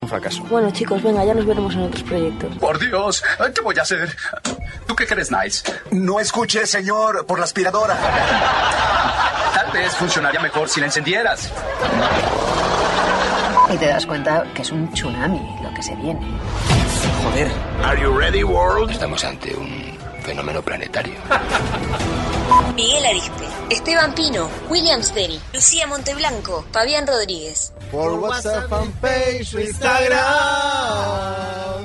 un fracaso. Bueno, chicos, venga, ya nos veremos en otros proyectos. Por Dios, ¿qué voy a hacer? ¿Tú qué crees, Niles? No escuche, señor, por la aspiradora. Tal vez funcionaría mejor si la encendieras. Y te das cuenta que es un tsunami lo que se viene. Joder. Are you ready, world? Estamos ante un fenómeno planetario. Miguel Arispe, Esteban Pino, Williams Denny, Lucía Monteblanco, Fabián Rodríguez. Por WhatsApp, fanpage, Instagram.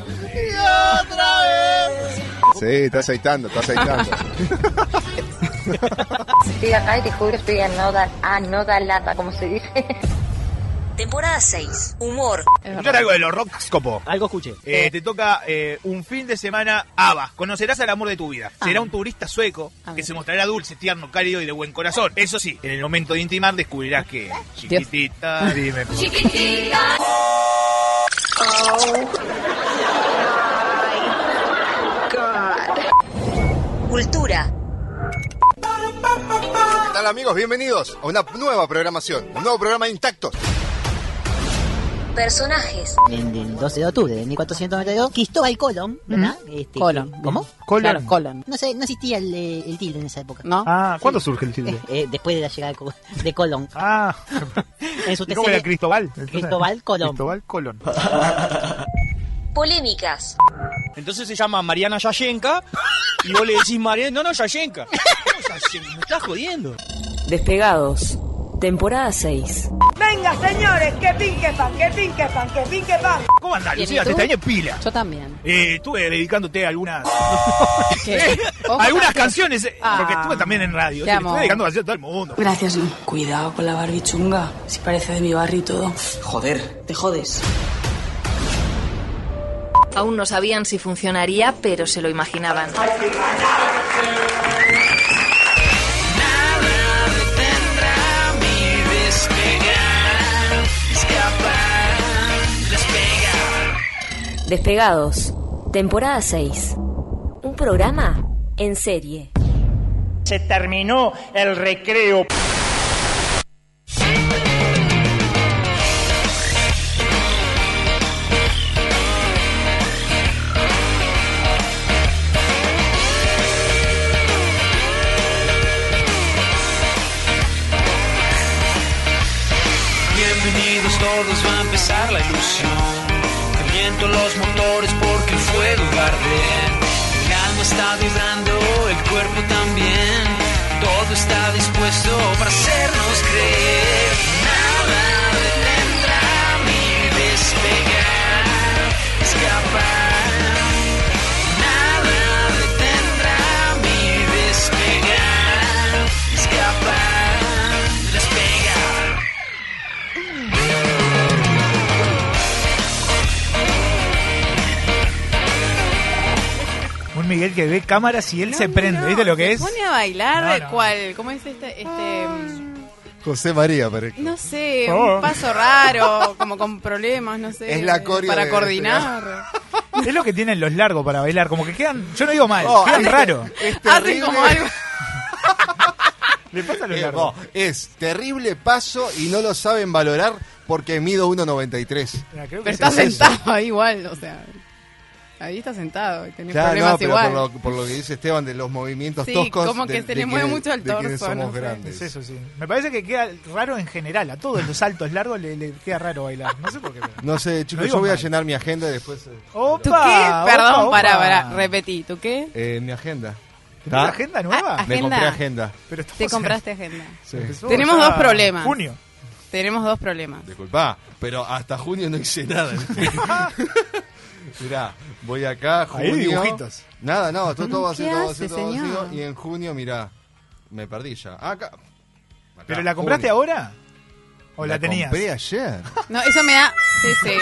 Y otra vez. Sí, está aceitando, está aceitando. estoy acá y te juro, estoy a no dar, a no dar lata, como se dice. Temporada 6. Humor. Escuchar algo de los rockscopo. Algo escuche. Eh, te toca eh, un fin de semana Ava. Conocerás al amor de tu vida. Ah. Será un turista sueco que se mostrará dulce, tierno, cálido y de buen corazón. Eso sí, en el momento de intimar descubrirás que... Chiquitita, dime. Chiquitita. Oh. God. Cultura. ¿Qué tal amigos? Bienvenidos a una nueva programación, un nuevo programa Intactos. Personajes. En el 12 de octubre de 1492, Cristóbal Colón, ¿verdad? Mm. Este, Colón. ¿Cómo? Colón. Claro, Colón. No, sé, no existía el, eh, el, tilde en esa época. ¿No? Ah, ¿cuándo sí. surge el tilde? Eh, eh, después de la llegada de, de Colón. Ah. en su ¿Y ¿Cómo era Cristóbal? Cristóbal Colón. Cristóbal Colón. Polémicas. Entonces se llama Mariana Yashenka y vos le decís Mariana... No, no, Yashenka. me estás jodiendo. Despegados, temporada 6. Venga, señores, que pinque pan, que pinque pan, que pinque pan. ¿Cómo andás, Lucía? Te extrañé pila. Yo también. Eh, estuve dedicándote a algunas. ¿Qué? algunas canciones, eh, ah, porque estuve también en radio. Te estuve dedicando canciones a todo el mundo. Gracias, Lu. Cuidado con la Barbie chunga, si parece de mi barrio y todo. Joder. Te jodes. Aún no sabían si funcionaría, pero se lo imaginaban. Despegados, temporada 6. Un programa en serie. Se terminó el recreo. Bienvenidos todos, va a empezar la ilusión los motores porque el fuego arde. El alma está vibrando, el cuerpo también. Todo está dispuesto para hacernos creer. Nada detendrá mi despegar, escapar. Nada detendrá mi despegar, escapar. Miguel que ve cámaras y él no, se prende. No, ¿Viste lo que se es? pone a bailar, no, cual, ¿Cómo es este? este Ah. José María, parece. No sé, oh. un paso raro, como con problemas, no sé. Es la coreo Para coordinar. Ah, Este. es lo que tienen los largos para bailar, como que quedan, yo no digo mal, oh, quedan raro. Hacen como algo. Le pasa a los es, largos. es terrible paso y no lo saben valorar porque mido 1.93. Pero está sentado eso. ahí igual, o sea. Ahí está sentado y tenés ya, problemas no, pero igual. Por lo, por lo, que dice Esteban de los movimientos sí, toscos. como que de, se le mueve mucho el torso. somos no sé. grandes. Es eso, sí. Me parece que queda raro en general. A todos los saltos largos le, le queda raro bailar. No sé por qué. Pero... No sé, chicos, yo voy mal. a llenar mi agenda y después. eh, Opa, ¿Tú qué? Perdón, opa, para, para. Repetí, ¿tú qué? Eh, mi agenda. ¿Tenés ¿Ah? agenda nueva? ¿Agenda? Me compré agenda. Pero Te compraste en... agenda. Sí. Tenemos dos problemas. Junio. Tenemos dos problemas. Disculpa, pero hasta junio no hice nada. Mirá, voy acá, junio. Ahí dibujitos. Nada, no, todo, todo vacío, todo vacío, todo vacío. Y en junio, mirá, me perdí ya. Acá. acá ¿Pero la compraste junio. ahora? ¿O la, la tenías? compré ayer. No, eso me da. Sí, sí.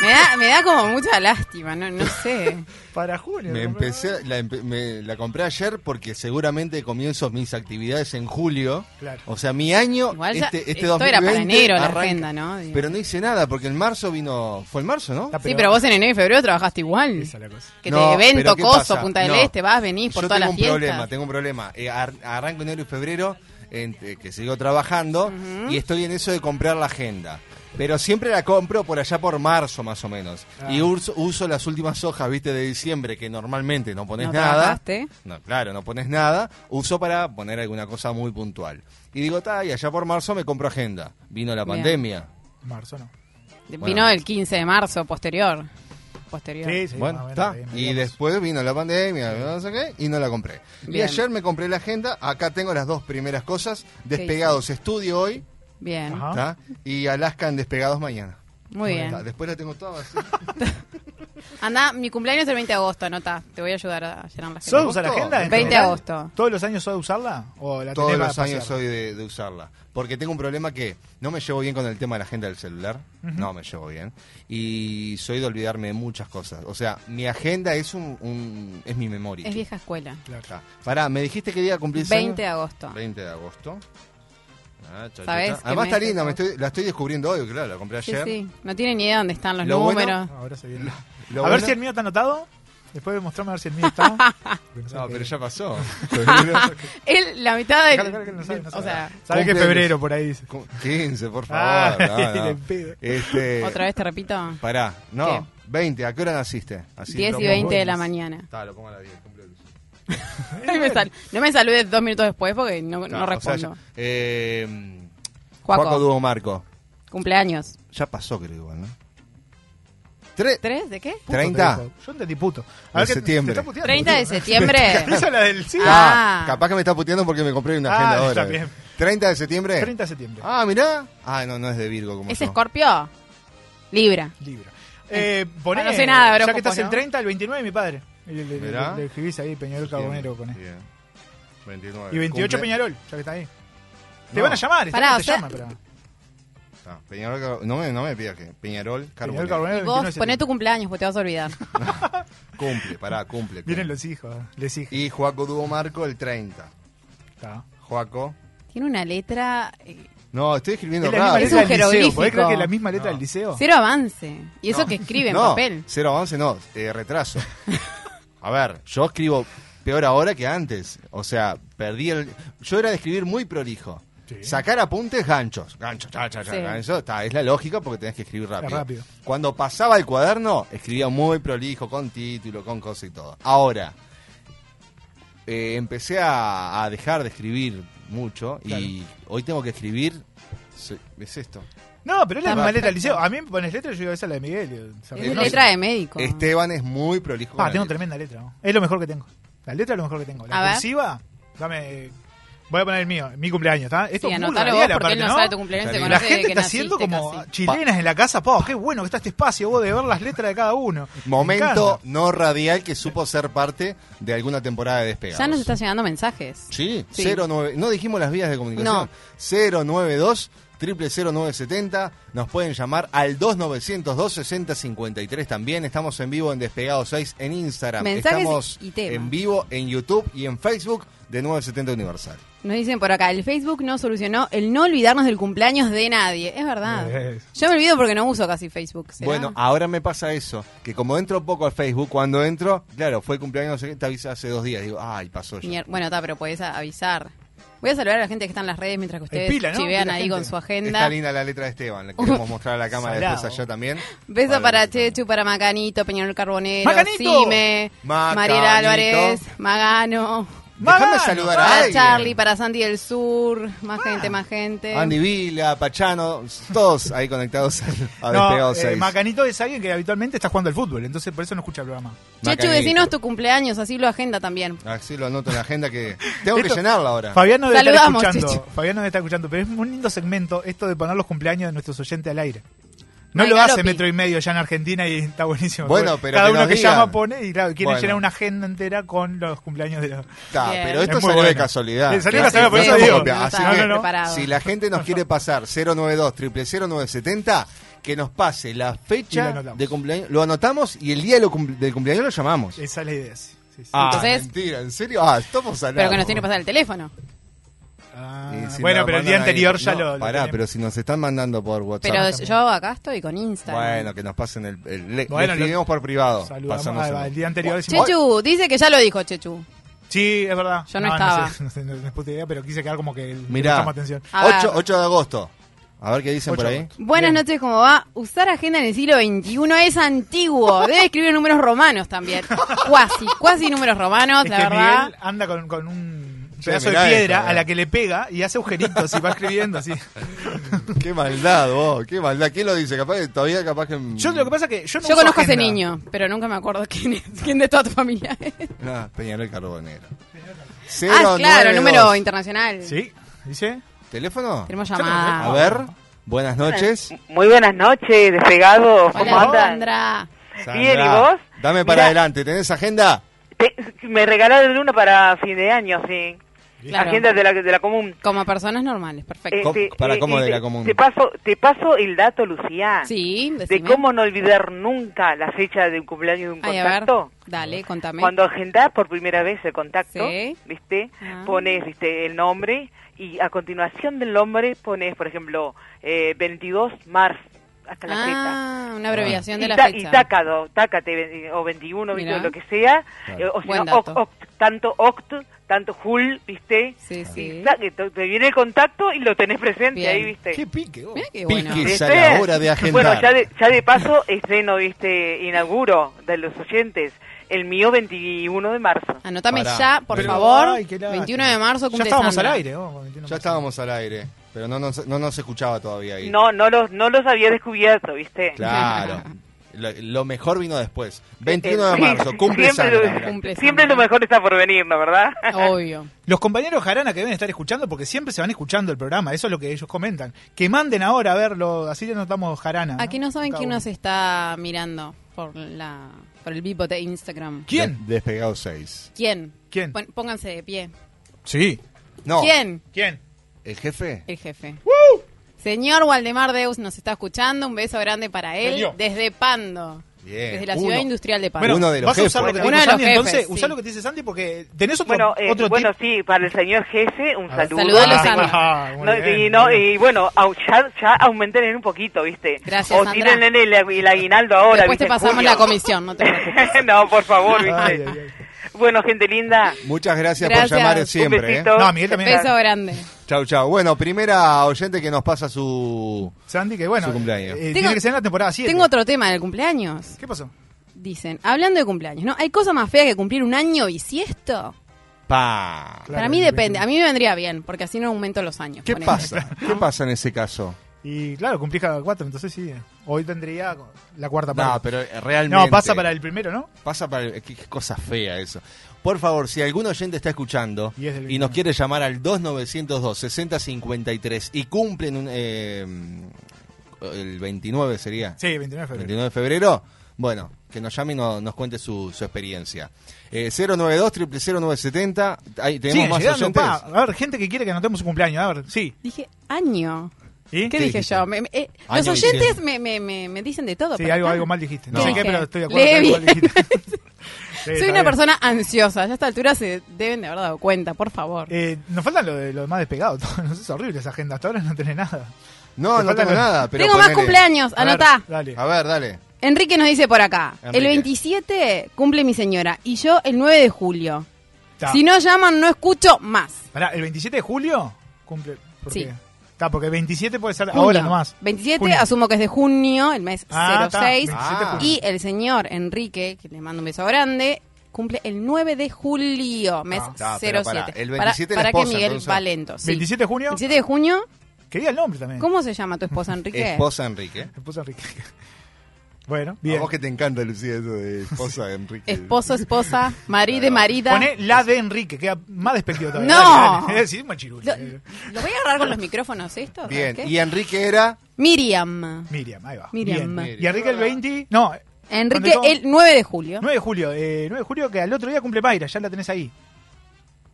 Me da, me da como mucha lástima, no, no sé. Para junio. Me empecé, la, empe, me, la compré ayer porque seguramente comienzo mis actividades en julio. Claro. O sea, mi año, Igual este, este esto 2020 era para enero arranca, la agenda, ¿no? Digamos. Pero no hice nada porque en marzo vino... Fue en marzo, ¿no? Sí, pero vos en enero y febrero trabajaste igual. Esa es la cosa. Que No, te evento, pero ¿qué coso, pasa? Punta del No. Este, vas, venís por Yo todas tengo las un fiestas. problema, tengo un problema. Eh, ar- arranco enero y febrero, en- eh, que sigo trabajando, y estoy en eso de comprar la agenda. Pero siempre la compro por allá por marzo más o menos. Ah. Y uso, uso las últimas hojas, viste, de diciembre, que normalmente no pones ¿No nada. trabajaste? No, claro, no pones nada. Uso para poner alguna cosa muy puntual. Y digo, ta, y allá por marzo me compro agenda. Vino la Bien. pandemia. Marzo no. Vino el 15 de marzo, posterior. Posterior. bueno, está. Y después vino la pandemia, no sé qué, y no la compré. Y Bien. ayer me compré la agenda, acá tengo las dos primeras cosas, ¿Qué Despegados Estudio hoy, Bien. ¿tá? y Alaska en Despegados mañana. Muy bien. ¿Tá? Después la tengo toda así. Anda, mi cumpleaños es el 20 de agosto, anota. Te voy a ayudar a llenar la agenda. ¿Sos de usar agenda? en 20 de general? agosto. ¿Todos los años sos de usarla? ¿O la Todos tenés para los años pasear? soy de, de usarla. Porque tengo un problema que no me llevo bien con el tema de la agenda del celular. Ujú. No me llevo bien. Y soy de olvidarme de muchas cosas. O sea, mi agenda es un, un- es mi memoria. Es vieja escuela. Tá. Pará, me dijiste que día cumplís 20 de años? agosto. 20 de agosto. Ah, cha, cha, ¿Sabés cha. qué Además está mes linda, es me estoy- la estoy descubriendo hoy, claro, la compré Sí, ayer. sí. No tiene ni idea dónde están los Lo bueno- números. Ahora se viene. Lo a ver bueno- si el mío está anotado. Después mostrame a ver si el mío está. No, pero ya pasó. Él, la mitad de. Dejalo, dejalo que no sabe, no o sea, Sabe que es Cumple- febrero por ahí dice. Cu- 15, por Ah, favor. no, no. le pido. Este, otra vez te repito. Pará, no, ¿Qué? 20, ¿a qué hora naciste? Así 10 lo y pongo. 20 de la mañana. Está, lo pongo a las 10, cumple el- Ay, me sal- no me saludes dos minutos después porque no, no Claro, o sea, respondo. ya- eh, Juaco. Juaco Dúo Marco. Cumpleaños. Ya pasó, creo, igual, ¿no? ¿Tres? ¿De qué? Puto te 30. dijo. Yo entendí puto. De septiembre. 30 de septiembre. Esa es la del sí. Ah. Ah, capaz que me está puteando porque me compré una Ah, agenda ahora. está bien. 30 de septiembre. 30 de septiembre. Ah, mirá. Ah, no, no es de Virgo como ¿Es yo. Escorpio? Libra. Libra. Eh, poné, Ah, No sé nada, Ya horóscopo, que estás ¿no? el 30, el 29 de mi padre. Le, le- le- Mirá. le escribís ahí Peñarol Carbonero con él. Bien. 29. Y 28 Cumple- Peñarol, ya que está ahí. Te No. van a llamar, Pará, Pará, o te sea- llaman, pero. Ah, Peñarol Car- no me, no me pidas que. Peñarol Carbonero. Peñarol Carbonero, Y 29 de vos poné tu cumpleaños porque te vas a olvidar. Cumple, pará, cumple. septiembre. Vienen los hijos, les hijos. Y Juaco Dúo Marco el 30. Está. Juaco. Tiene una letra. eh, No, estoy escribiendo Es la misma acá. letra Es un del liceo. ¿Podés jeroglífico. creer que es la misma letra del liceo? Cero avance. Y eso que escribe en no, papel. 0 avance no, eh, retraso. A ver, yo escribo peor ahora que antes. O sea, perdí el. Yo era de escribir muy prolijo. Sacar apuntes, ganchos. Ganchos, cha, cha, cha, Sí. gancho. Está, es la lógica porque tenés que escribir rápido. rápido. Cuando pasaba el cuaderno, escribía muy prolijo, con título, con cosas y todo. Ahora, eh, empecé a, a dejar de escribir mucho y hoy tengo que escribir. se- Es esto. No, pero es la Está misma letra del perfecto. liceo. A mí me pones letra y yo digo, esa es Este, la de Miguel. y- se Es reconoce. letra de médico. Esteban es muy prolijo. con Ah, la tengo letra. tremenda letra. ¿no? Es lo mejor que tengo. La letra es lo mejor que tengo. A La ver. cursiva, dame. Voy a poner el mío, mi cumpleaños, ¿está? Esto Sí, es muy anotalo radial, vos, porque aparte, él no sabe tu cumpleaños, te La conoce gente desde que está haciendo naciste como casi. chilenas en la casa. Po, qué bueno que está este espacio vos de ver las letras de cada uno. Me Momento encanta. no radial que supo ser parte de alguna temporada de despega. Ya nos están llegando mensajes. Sí, Sí. 09 no dijimos las vías de comunicación. No. 092 0970 nos pueden llamar al 2902 6053 también. Estamos en vivo en Despegado 6 en Instagram. Mensajes Estamos y temas. en vivo en YouTube y en Facebook de 970 Universal. Nos dicen por acá, el Facebook no solucionó el no olvidarnos del cumpleaños de nadie. Es verdad. Yo me olvido porque no uso casi Facebook. ¿será? Bueno, ahora me pasa eso, que como entro poco al Facebook, cuando entro, claro, fue el cumpleaños, no sé qué, te avisa hace dos días, digo, ay, Pues pasó ya. Mier- bueno, está, pero podés a- avisar. Voy a saludar a la gente que está en las redes mientras que ustedes pila, ¿no? chivean Pila ahí gente. con su Está agenda. linda la letra de Esteban, la queremos mostrar a la cámara Salado. después allá también. Beso Vale. para Chechu, para Macanito, Peñarol Carbonero, ¡Macanito! Cime, Macanito. Mariela Álvarez, Magano, Déjame Magano, saludar a para alguien. Charlie, para Sandy del Sur, Ah. más gente, más gente. Andy Vila, Pachano, todos ahí conectados al- a No, Despegado eh, 6. Macanito es alguien que habitualmente está jugando al fútbol, entonces por eso no escucha el programa. Chechu, Macanito. vecinos, tu cumpleaños, así lo agenda también. Así lo anoto en la agenda que tengo que Esto- llenarla ahora. Fabián no debe estar Saludamos, escuchando. Chicho. Fabián no debe estar escuchando, pero es un lindo segmento esto de poner los cumpleaños de nuestros oyentes al aire. No Ay, lo hace Galopi. metro y medio ya en Argentina y está buenísimo. Bueno, Porque pero cada que uno nos que digan. llama pone y claro, quiere Bueno. llenar una agenda entera con los cumpleaños de los. Ta, Bien. pero esto Es muy salió de bueno. casualidad. Eh, salió de casualidad, por No eso somos digo. copia. No Así estaba que, preparado. si la gente nos quiere pasar 092 0970 que nos pase la Y lo fecha anotamos. de cumpleaños. Lo anotamos y el día de lo cum- del cumpleaños lo llamamos. Esa es la idea. sí, sí, sí. Ah, Entonces- mentira, ¿en serio? Ah, estamos al Pero que nos tiene que pasar el teléfono. Ah, Y si bueno, nos pero el día mandan ahí- anterior ya No, lo. lo Pará, tenemos. pero si nos están mandando por WhatsApp. Pero yo acá estoy con Instagram. Bueno, que nos pasen el. el le, Bueno, le escribimos lo- por privado. Saludamos Pasamos ah, el- el día anterior. decimos, Chechu, dice que ya lo dijo Chechu. Sí, es verdad. Yo no estaba. sé, No, sé, no es puta idea, pero quise quedar como que el- le Mirá, prestamos atención. A ver. 8, 8 de agosto. A ver qué dicen por ahí. Buenas noches, ¿cómo va? Usar agenda en el siglo XXI es antiguo. Debe escribir números romanos también. Cuasi, cuasi números romanos, Es la que verdad. Miguel anda con, con un Sí, pedazo de mirá eh. esto, piedra mirá. a la que le pega y hace agujeritos y va escribiendo así. Qué maldad, vos, qué maldad. ¿Quién lo dice? Capaz, que- todavía capaz que. Yo lo que pasa es que yo no Yo uso conozco a ese agenda. niño, pero nunca me acuerdo quién es, quién de toda tu familia es. Ah, Peñarol Carbonero. Ah, claro, 092. número internacional. Sí, dice. ¿Teléfono? Tenemos llamada. A ver, buenas noches. Muy buenas noches, despegado. ¿Cómo Hola, andan? Sandra. Bien, ¿y vos? Dame para adelante, ¿tenés agenda? Me regalaron una para fin de año, sí. Claro. Agenda de la, de la común. Como personas normales, perfecto. Este, para, eh, ¿cómo eh, de la te- común? Te paso, te paso el dato, Lucía. Sí, De decime. cómo no olvidar nunca la fecha del cumpleaños de un Ay, a ver, contacto. dale, contame. Cuando agendás por primera vez el contacto, Sí. ¿viste? Ah. Pones, ¿viste? El nombre y a continuación del nombre pones, por ejemplo, eh, 22 marzo hasta la Ah, una abreviación y de la ta- fecha. Y tácado, tácate, ve- o 21, ¿viste? Mirá. o lo que sea. Claro. eh, o si Buen no, oct, dato. oct, tanto oct, tanto jul, ¿viste? Sí, sí. Y ta- que to- te viene el contacto y lo tenés presente Bien. ahí, ¿viste? Qué pique, vos. Mirá qué bueno. Piques a la hora de agendar. Bueno, ya de, ya de paso, estreno, ¿viste? Inauguro de los oyentes. El mío 21 de marzo. Anotame Pará. ya, por Pero- favor. Ay, qué lástima. 21 de marzo cumple Sandra. ya estábamos al aire, pero no nos, no nos escuchaba todavía ahí. No, no los, no los había descubierto, ¿viste? Claro. Lo, lo mejor vino después. 21 Eh, de sí, marzo, cumple siempre Sandra. lo- mirá. Siempre lo mejor está por venir, ¿no? ¿Verdad? Obvio. Los compañeros Jarana que deben estar escuchando, porque siempre se van escuchando el programa, eso es lo que ellos comentan. Que manden ahora a verlo, así ya no estamos Jarana. ¿no? Aquí no saben Cada quién uno. nos está mirando por la por el vivo de Instagram. De- despegado 6. ¿Quién? ¿Quién? Pon- pónganse de pie. Sí. No. ¿Quién? ¿Quién? ¿El jefe? El jefe. Señor Waldemar Deus nos está escuchando. Un beso grande para él. Señor. Desde Pando. Bien. Desde la ciudad Uno. industrial de Pando. Bueno, Uno de los ¿Vas a usar jefes. lo que Uno dijo de los Sandy, entonces? jefes, Usá sí. lo que te dice Sandy porque tenés otro, Bueno, eh, otro bueno tip. sí, para el señor jefe, un saludo. Saludalo, Ah, Sandra. ah, muy no, bien, y, no, bueno. y bueno, au- ya, ya aumenten un poquito, ¿viste? Gracias, O Sandra. tiren el, el- el aguinaldo ahora. Después te ¿viste? En pasamos junio. la comisión, no te preocupes. no, por favor, ¿viste? Ay, Bueno, gente linda. Muchas gracias, por Gracias. llamar Un siempre. ¿eh? besito. No, a Miguel también. Beso grande. Chau, chau. Bueno, primera oyente que nos pasa su, Sandy, que bueno. su cumpleaños. eh, tiene que ser en la temporada 7. Tengo otro tema del cumpleaños. ¿Qué pasó? Dicen, hablando de cumpleaños, ¿no? ¿Hay cosa más fea que cumplir un año bisiesto? Pa. Para mí depende. A mí me vendría bien, porque así no aumento los años. ¿Qué ponele. pasa? ¿Qué pasa en ese caso? Y claro, cumplís cada cuatro, entonces sí. Hoy tendría la cuarta parte. No, pero eh, realmente. No, pasa para el primero, ¿no? Pasa para el- Qué qué cosa fea eso. Por favor, si algún oyente está escuchando Y es del y nos quiere llamar al 2902-6053 y cumplen un, eh, el 29 sería. Sí, 29 de febrero. 29 de febrero. Bueno, que nos llame y no- nos cuente su, su experiencia. Eh, 092 0970 Ahí tenemos Siguen más llegando, oyentes. pa. A ver, gente que quiere que anotemos su cumpleaños. A ver, sí. Dije, año. ¿Y? ¿Qué, dije yo? Me- me- eh, Año los oyentes bisiesto. me, me- me- me dicen de todo. Sí, pero algo, nada. algo mal dijiste. No ¿Qué sé qué, dije? pero estoy de acuerdo Leí con algo mal bien. dijiste. Sí, Soy está una bien. persona ansiosa. Ya a esta altura se deben de haber dado cuenta, por favor. Eh, nos faltan lo, de, lo más despegado. todo. No sé, es horrible esa agenda. Hasta ahora no tenés nada. No, Te no falta tengo lo- nada. Pero Tengo más ponele. cumpleaños, A ver, anotá. Dale. A ver, dale. Enrique nos dice por acá, el Enrique. 27 cumple mi señora y yo el 9 de julio. Ta. Si no llaman, no escucho más. Pará, el 27 de julio cumple. ¿Por Sí. qué? Está, porque 27 puede ser Junio. ahora nomás. 27, Junio. asumo que es de junio, el mes Ah, ta, 06. 27 de junio. Y el señor Enrique, que le mando un beso grande, cumple el 9 de julio, mes Ah, ta, pero 07. pará, el Para- 27 la para esposa, que Miguel entonces. va lento. sí. 27 de junio. 27 de junio, Quería el nombre también. ¿cómo se llama tu esposa Enrique? Esposa Enrique. Esposa Enrique. Bueno, A Ah, bien. vos que te encanta, Lucía, eso de esposa de Enrique. Esposo, esposa, marido, marida. Poné la de Enrique, queda más despectivo todavía. No. Dale, dale. Sí, machirulo. Lo, lo voy a agarrar con los micrófonos esto. Bien, ¿sabes qué? y Enrique era. Miriam. Miriam, ahí va. Miriam. Bien. Y Enrique el 20. No, Enrique ¿Dónde el 9 de julio. 9 de julio. Eh, 9 de julio que al otro día cumple Mayra, ya la tenés ahí.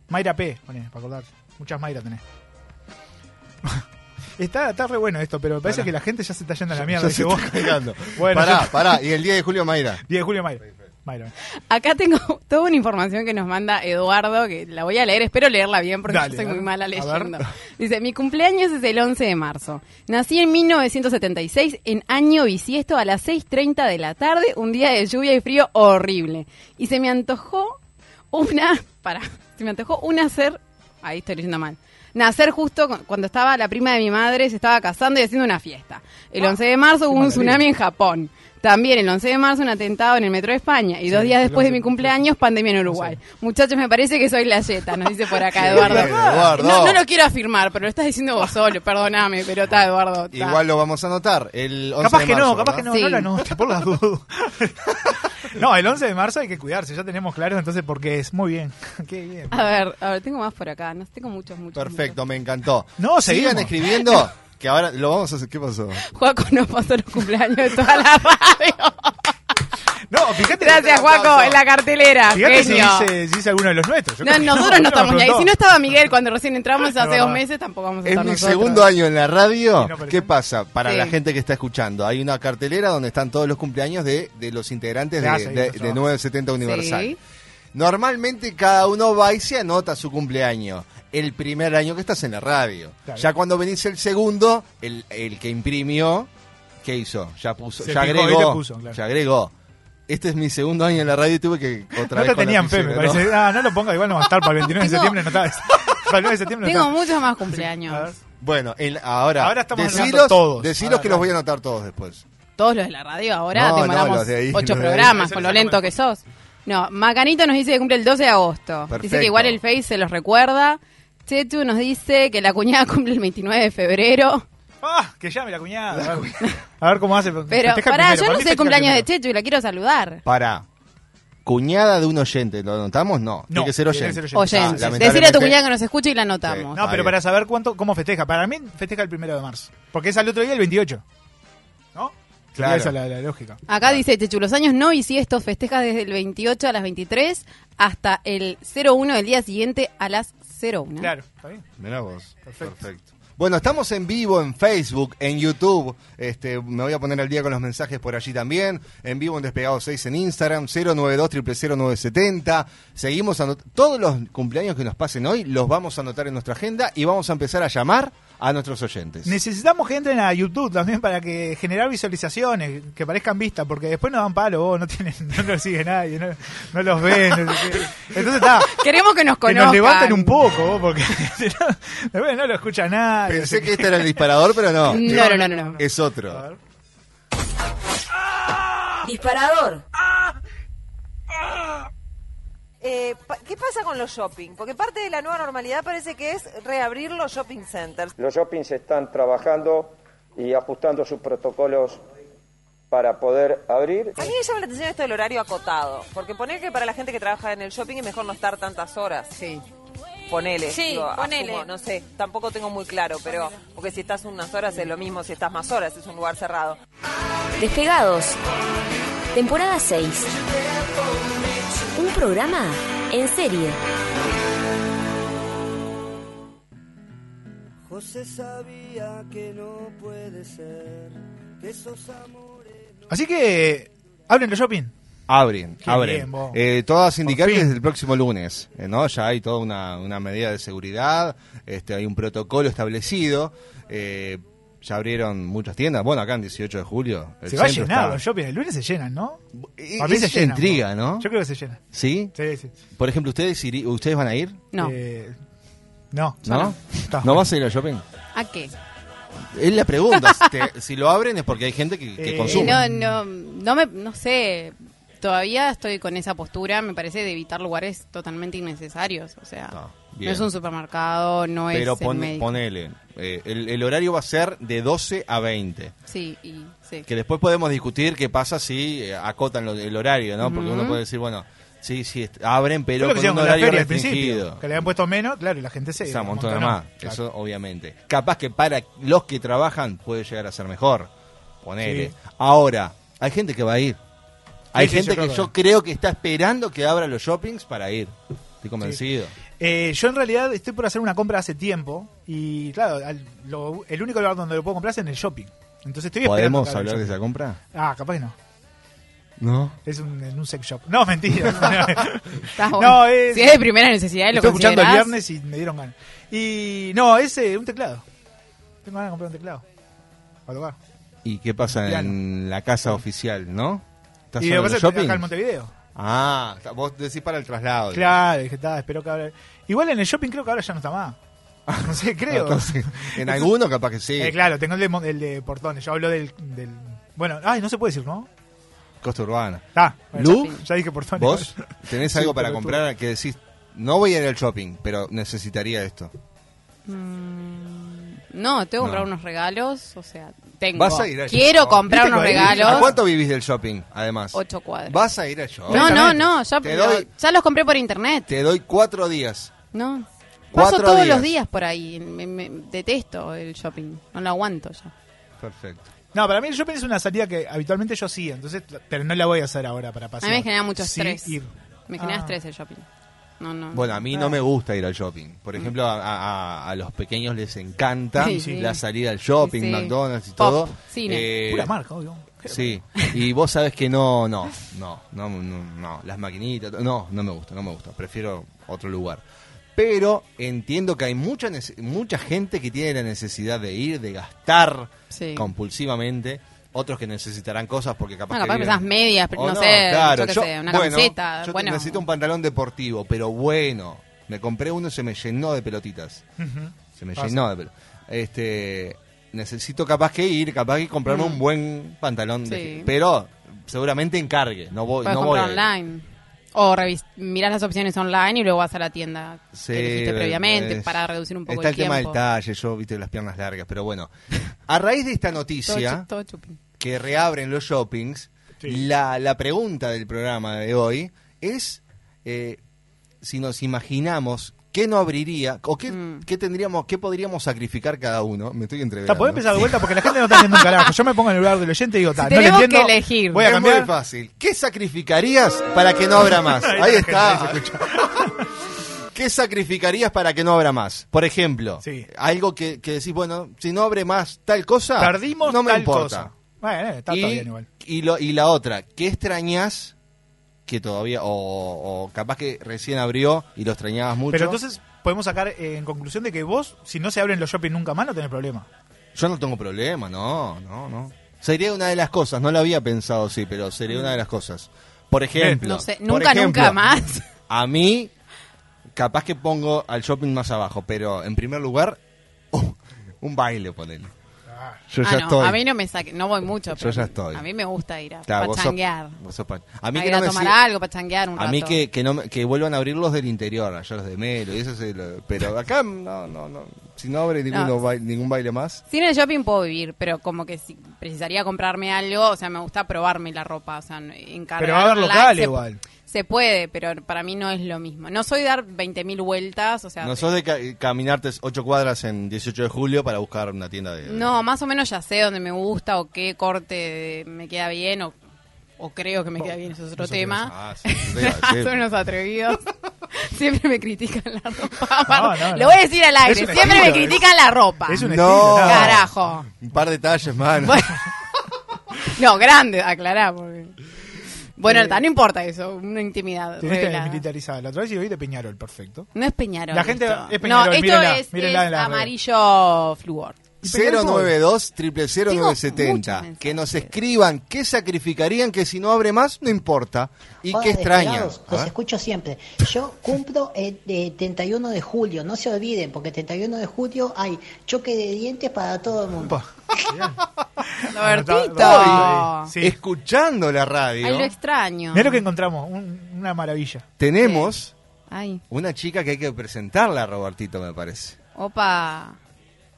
Mayra P, poné, para acordar. Muchas Mayra tenés. está, está re bueno esto, pero parece Pará. que la gente ya se está yendo a la Ya mierda. se dice vos. está cagando. Bueno, pará, yo- pará. Y el 10 de julio, Mayra. 10 de julio Mayra. Mayra. Acá tengo toda una información que nos manda Eduardo, que la voy a leer, espero leerla bien porque Dale, yo soy a muy ver, mala a ver. leyendo. Dice, mi cumpleaños es el 11 de marzo. Nací en 1976, en año bisiesto, a las 6.30 de la tarde, un día de lluvia y frío horrible. Y se me antojó una, para, se me antojó una hacer, ahí estoy leyendo mal, nacer justo cu- cuando estaba la prima de mi madre, se estaba casando y haciendo una fiesta. El 11 de marzo hubo un maravilla. tsunami en Japón. También el 11 de marzo un atentado en el metro de España. Y dos días después de mi cumpleaños, pandemia en Uruguay. Muchachos, me parece que soy la yeta, nos dice por acá Sí, Eduardo. Eduardo. No, no lo quiero afirmar, pero lo estás diciendo vos solo, perdoname, pero está Eduardo. está. Igual lo vamos a anotar. El 11 Capaz de que marzo, no, capaz que ¿verdad? no, no la anote, por las dudas. No, el 11 de marzo hay que cuidarse, ya tenemos claro entonces porque es muy bien. Qué bien. A ver, a ver, tengo más por acá. No tengo muchos, muchos. Perfecto, me encantó. No, sigan seguimos. escribiendo. Que ahora lo vamos a hacer. ¿Qué pasó? muchos. Juaco nos pasó los cumpleaños de toda la radio. No, fíjate. Gracias, Juaco, en la cartelera. Fíjate si genio. dice, si dice alguno de los nuestros. Yo No, creo que nosotros no me estamos ni ahí. preguntó. Si no estaba Miguel cuando recién entramos hace verdad. dos meses, tampoco vamos a Es estar mi nosotros. segundo año en la radio. ¿Qué pasa? Para Sí. la gente que está escuchando, hay una cartelera donde están todos los cumpleaños de, de los integrantes de, Ah, sí, de- nuestro de trabajo. 970 Universal. Sí. Normalmente cada uno va y se anota su cumpleaños. El primer año que estás en la radio. Claro. Ya cuando venís el segundo, el, el que imprimió, ¿qué hizo? Ya puso, Se ya fijó y agregó. le puso, claro. Ya agregó. Este es mi segundo año en la radio y tuve que otra No te vez. con la tenían fe, me piscina, ¿no? parece. Ah, no lo ponga, igual no va a estar para el 29 de septiembre, no está. Para el 9 de septiembre no Tengo está. muchos más cumpleaños. Bueno, el- ahora, Ahora estamos decilos, anotando todos. decilos Ahora, que los ahora. voy a anotar todos después. Todos los de la radio No, ahora no, demoramos los de ahí, ocho los de ahí. programas Eso con no lo se lento que sos. No, Macanito nos dice que cumple el 12 de agosto. Dice Perfecto. que igual el Face se los recuerda. Chetu nos dice que la cuñada cumple el 29 de febrero. Ah, que llame la cuñada. A ver cómo hace. Pero Festeja pará, primero, para mí yo no sé el festeja cumpleaños de primero. Chetu y la quiero saludar. Para. Cuñada de un oyente, ¿lo anotamos? No, tiene que ser oyente. Oyentes. Ah, Decirle a tu lamentablemente- cuñada que nos escuche y la anotamos. No, pero para saber cuánto, cómo festeja. Para mí festeja el primero de marzo. Porque es al otro día el 28. Sería Claro. Esa la, la lógica. Acá dice Chechu, los años no y si esto festejas desde el 28 a las 23 hasta el 01 del día siguiente a las 01. Claro, está bien. Mirá vos. Perfecto. Bueno, estamos en vivo en Facebook, en YouTube. Este, me voy a poner al día con los mensajes por allí también. En vivo en Despegado 6 en Instagram, 092 0970 Seguimos anot- Todos los cumpleaños que nos pasen hoy los vamos a anotar en nuestra agenda y vamos a empezar a llamar a nuestros oyentes. Necesitamos que entren a YouTube también para que generar visualizaciones, que parezcan vistas, porque después nos dan palo, vos no tienen, no los sigue nadie, no, no los ven. no sé qué. Entonces está. Queremos que nos Que conozcan. nos levanten un poco, vos, porque si no, después no lo escucha nadie. Pensé que este era el disparador, pero no. No, no, no, no, no. Es otro. Disparador. Eh, pa- ¿Qué pasa con los shopping? Porque parte de la nueva normalidad parece que es reabrir los shopping centers. Los shoppings están trabajando y ajustando sus protocolos para poder abrir. A mí me llama la atención esto del horario acotado, porque poner que para la gente que trabaja en el shopping es mejor no estar tantas horas. Sí. Ponele. Sí, digo, ponele. asumo, no sé, tampoco tengo muy claro, pero porque si estás unas horas es lo mismo, si estás más horas es un lugar cerrado. Despegados. Temporada 6. Un programa en serie. José sabía que no puede ser que esos amores. Así que abren los shopping. Abren, Qué bien, abren. vos. Eh, todas indicar Por que fin. es el próximo lunes, eh, ¿no? Ya hay toda una, una medida de seguridad, este, hay un protocolo establecido. eh, ya abrieron muchas tiendas. Bueno, acá en 18 de julio. el Se va a centro llenar está- los shopping, el lunes se llenan, ¿no? Eh, A mí se esa es la llenan, intriga, vos. ¿no? Yo creo que se llena. ¿Sí? Sí, sí. Por ejemplo, ¿ustedes, iri- ¿ustedes van a ir? No. Eh, no. ¿No? ¿No vas a ir al shopping? ¿A qué? Es la pregunta. si te- si lo abren es porque hay gente que, que Eh, consume. no, no, no me, no sé. Todavía estoy con esa postura, me parece, de evitar lugares totalmente innecesarios. O sea, no, Ah, bien. es un supermercado, no Pero es el pon- médico. ponele. eh, el, el horario va a ser de 12 a 20. Sí, y, sí. Que después podemos discutir qué pasa si eh, acotan lo- el horario, ¿no? Porque Ujú. uno puede decir, bueno, sí, sí, est- abren, Yo pero lo que con hicieron un con la horario feria al restringido. principio. Que le habían puesto menos, claro, y la gente se. Se amontona amontonó. más, Claro. eso obviamente. Capaz que para los que trabajan puede llegar a ser mejor, ponele. Sí. Ahora, hay gente que va a ir. Hay sí, gente yo creo que que yo va. creo que está esperando que abra los shoppings para ir. Estoy convencido. Eh, yo en realidad estoy por hacer una compra hace tiempo y claro, al- lo- el único lugar donde lo puedo comprar es en el shopping. Entonces estoy esperando. ¿Podemos que abra hablar el de esa compra? shopping. Ah, capaz que no. No. Es un, en un sex shop. No, mentira. Está bueno. Si es de primera necesidad, lo Estoy escuchando el considerás. viernes y me dieron ganas. Y no, es eh, un teclado. Tengo ganas de comprar un teclado. Para tocar. ¿Y qué pasa en la casa oficial, no? ¿Estás Y solo lo en que los pasa es que shoppings? acá en Montevideo. Ah, está- vos decís para el traslado. Claro, dije, está, espero que ahora. Igual en el shopping creo que ahora ya no está más. No sé, creo. Entonces, en alguno capaz que Ah, sí. Eh, claro, tengo el de, Mon- el de Portones. Yo hablo del, del. Bueno, ay, no se puede decir, ¿no? Costa urbana. Ah, Lu, ya dije Portones. ¿Vos tenés Sí, algo para pero tú- comprar que decís, no voy a ir al shopping, pero necesitaría esto? Mm, No, tengo que comprar No. unos regalos, o sea, tengo. ¿Vas a ir al Quiero shopping? comprar ¿Viste unos que vas a ir? ¿A regalos. cuánto vivís del shopping, además? Ocho cuadras. ¿Vas a ir al shopping? No, no, no, ya, Te doy, ya los compré por internet. te doy cuatro días. No. Paso Cuatro todos días. los días por ahí. me- me- detesto el shopping. No lo aguanto ya. Perfecto. No, para mí el shopping es una salida que habitualmente yo hacía, entonces, pero no la voy a hacer ahora para A pasar. mí me genera mucho Sí, estrés. ir. Me genera Ah. estrés el shopping. No, no. Bueno, a mí no me gusta ir al shopping. Por ejemplo, a, a- a los pequeños les encanta Mm. Sí, sí. la salida al shopping, Sí, sí. McDonald's y Pop, todo. Eh, cine. Pura marca, obvio. Sí, y vos sabés que no, no, no, no, no, no, las maquinitas, no, no me gusta, no me gusta, prefiero otro lugar. Pero entiendo que hay mucha, nece- mucha gente que tiene la necesidad de ir, de gastar Sí. compulsivamente, otros que necesitarán cosas porque capaz No, que capaz que viven- esas medias, pero O no sé, yo qué yo- sé, una bueno, camiseta, yo bueno. necesito un pantalón deportivo, pero bueno, me compré uno y se me llenó de pelotitas. Se me Pasa. llenó de pelo. Este, necesito capaz que ir, capaz que comprarme Mm. un buen pantalón. de Sí. gel. pero seguramente encargue, no voy, Puedes no voy. comprar a ir. online. O revis- mirás las opciones online y luego vas a la tienda Sí, que elegiste eh, previamente es- para reducir un poco Está el el, tiempo. tema del talle, yo viste las piernas largas, pero bueno. A raíz de esta Todo noticia chu- todo chupín. que reabren los shoppings, la, la pregunta del programa de hoy es eh, si nos imaginamos qué no abriría o qué, Mm. qué tendríamos, qué podríamos sacrificar cada uno. Me estoy Ta, entrevistando. podés empezar de vuelta porque la gente no está haciendo un carajo. Yo me pongo en el lugar del oyente y digo, ta, no le entiendo. Voy a es cambiar. muy fácil. ¿Qué sacrificarías para que no abra más? Ahí Ahí está la está. ¿Qué sacrificarías para que no abra más? Por ejemplo, algo que, que decís, bueno, si no abre más tal cosa, Perdimos no me tal importa. cosa. Bueno, eh, está y, todo bien igual. Y, lo, y la otra, ¿qué extrañas que todavía, o, o capaz que recién abrió y lo extrañabas mucho? Pero entonces podemos sacar eh, en conclusión de que vos, si no se abren los shopping nunca más, no tenés problema. Yo no tengo problema, no, no, no. Sería una de las cosas, no lo había pensado, sí, pero sería una de las cosas. Por ejemplo, No sé, por nunca, ejemplo, nunca más. A mí, capaz que pongo al shopping más abajo, pero en primer lugar, uh, un baile, ponele. Yo Ah, ya no, estoy. A mí no me saque, no voy mucho. Yo pero ya estoy. A mí me gusta ir a Claro, vos sos- pachanguear. vos sos pa- A mí A que ir no a me tomar sirve- algo, pachanguear un A mí rato. que, que, no, me- que vuelvan a abrir los del interior, allá los de Melo, y eso se lo- pero acá no, no, no. Si no abre ninguno ba- ningún baile más. Sin el shopping puedo vivir, pero como que si precisaría comprarme algo, o sea, me gusta probarme la ropa, o sea, encargarla. Pero va a haber local se- igual. Se puede, pero para mí no es lo mismo. No soy dar 20.000 vueltas, o sea, No sos de ca- caminarte ocho cuadras en 18 de julio para buscar una tienda de... no, más o menos ya sé dónde me gusta o qué corte de- me queda bien o, o creo que me queda bien, eso es otro tema. Ah, sí, sí, sí. Son unos atrevidos. Siempre me critican la ropa. no, no. Lo voy a decir al aire. Es un Siempre me estilo, es- critican la ropa. es un estilo, no. Carajo. Un par de talles, mano. No, grande, aclará. Porque... Bueno, ta, no importa eso, una intimidad. Tenés Eh, que revelada. militarizada. La otra vez y hoy de Peñarol, perfecto. No es Peñarol. La gente esto. es Peñarol, No, esto mírenla, es, mírenla es en las redes. amarillo flúor. 092 0970 Que nos escriban qué sacrificarían, que si no abre más, no importa. Y Hola, qué extrañan. ¿Ah? despegados, Los escucho siempre. Yo cumplo el de 31 de julio, no se olviden, porque el 31 de julio hay choque de dientes para todo el mundo. Robertito. Hoy, Escuchando la radio, Ay, lo extraño. Mirá lo que encontramos, un- una maravilla. tenemos Ay, una chica que hay que presentarla, Robertito, me parece. opa.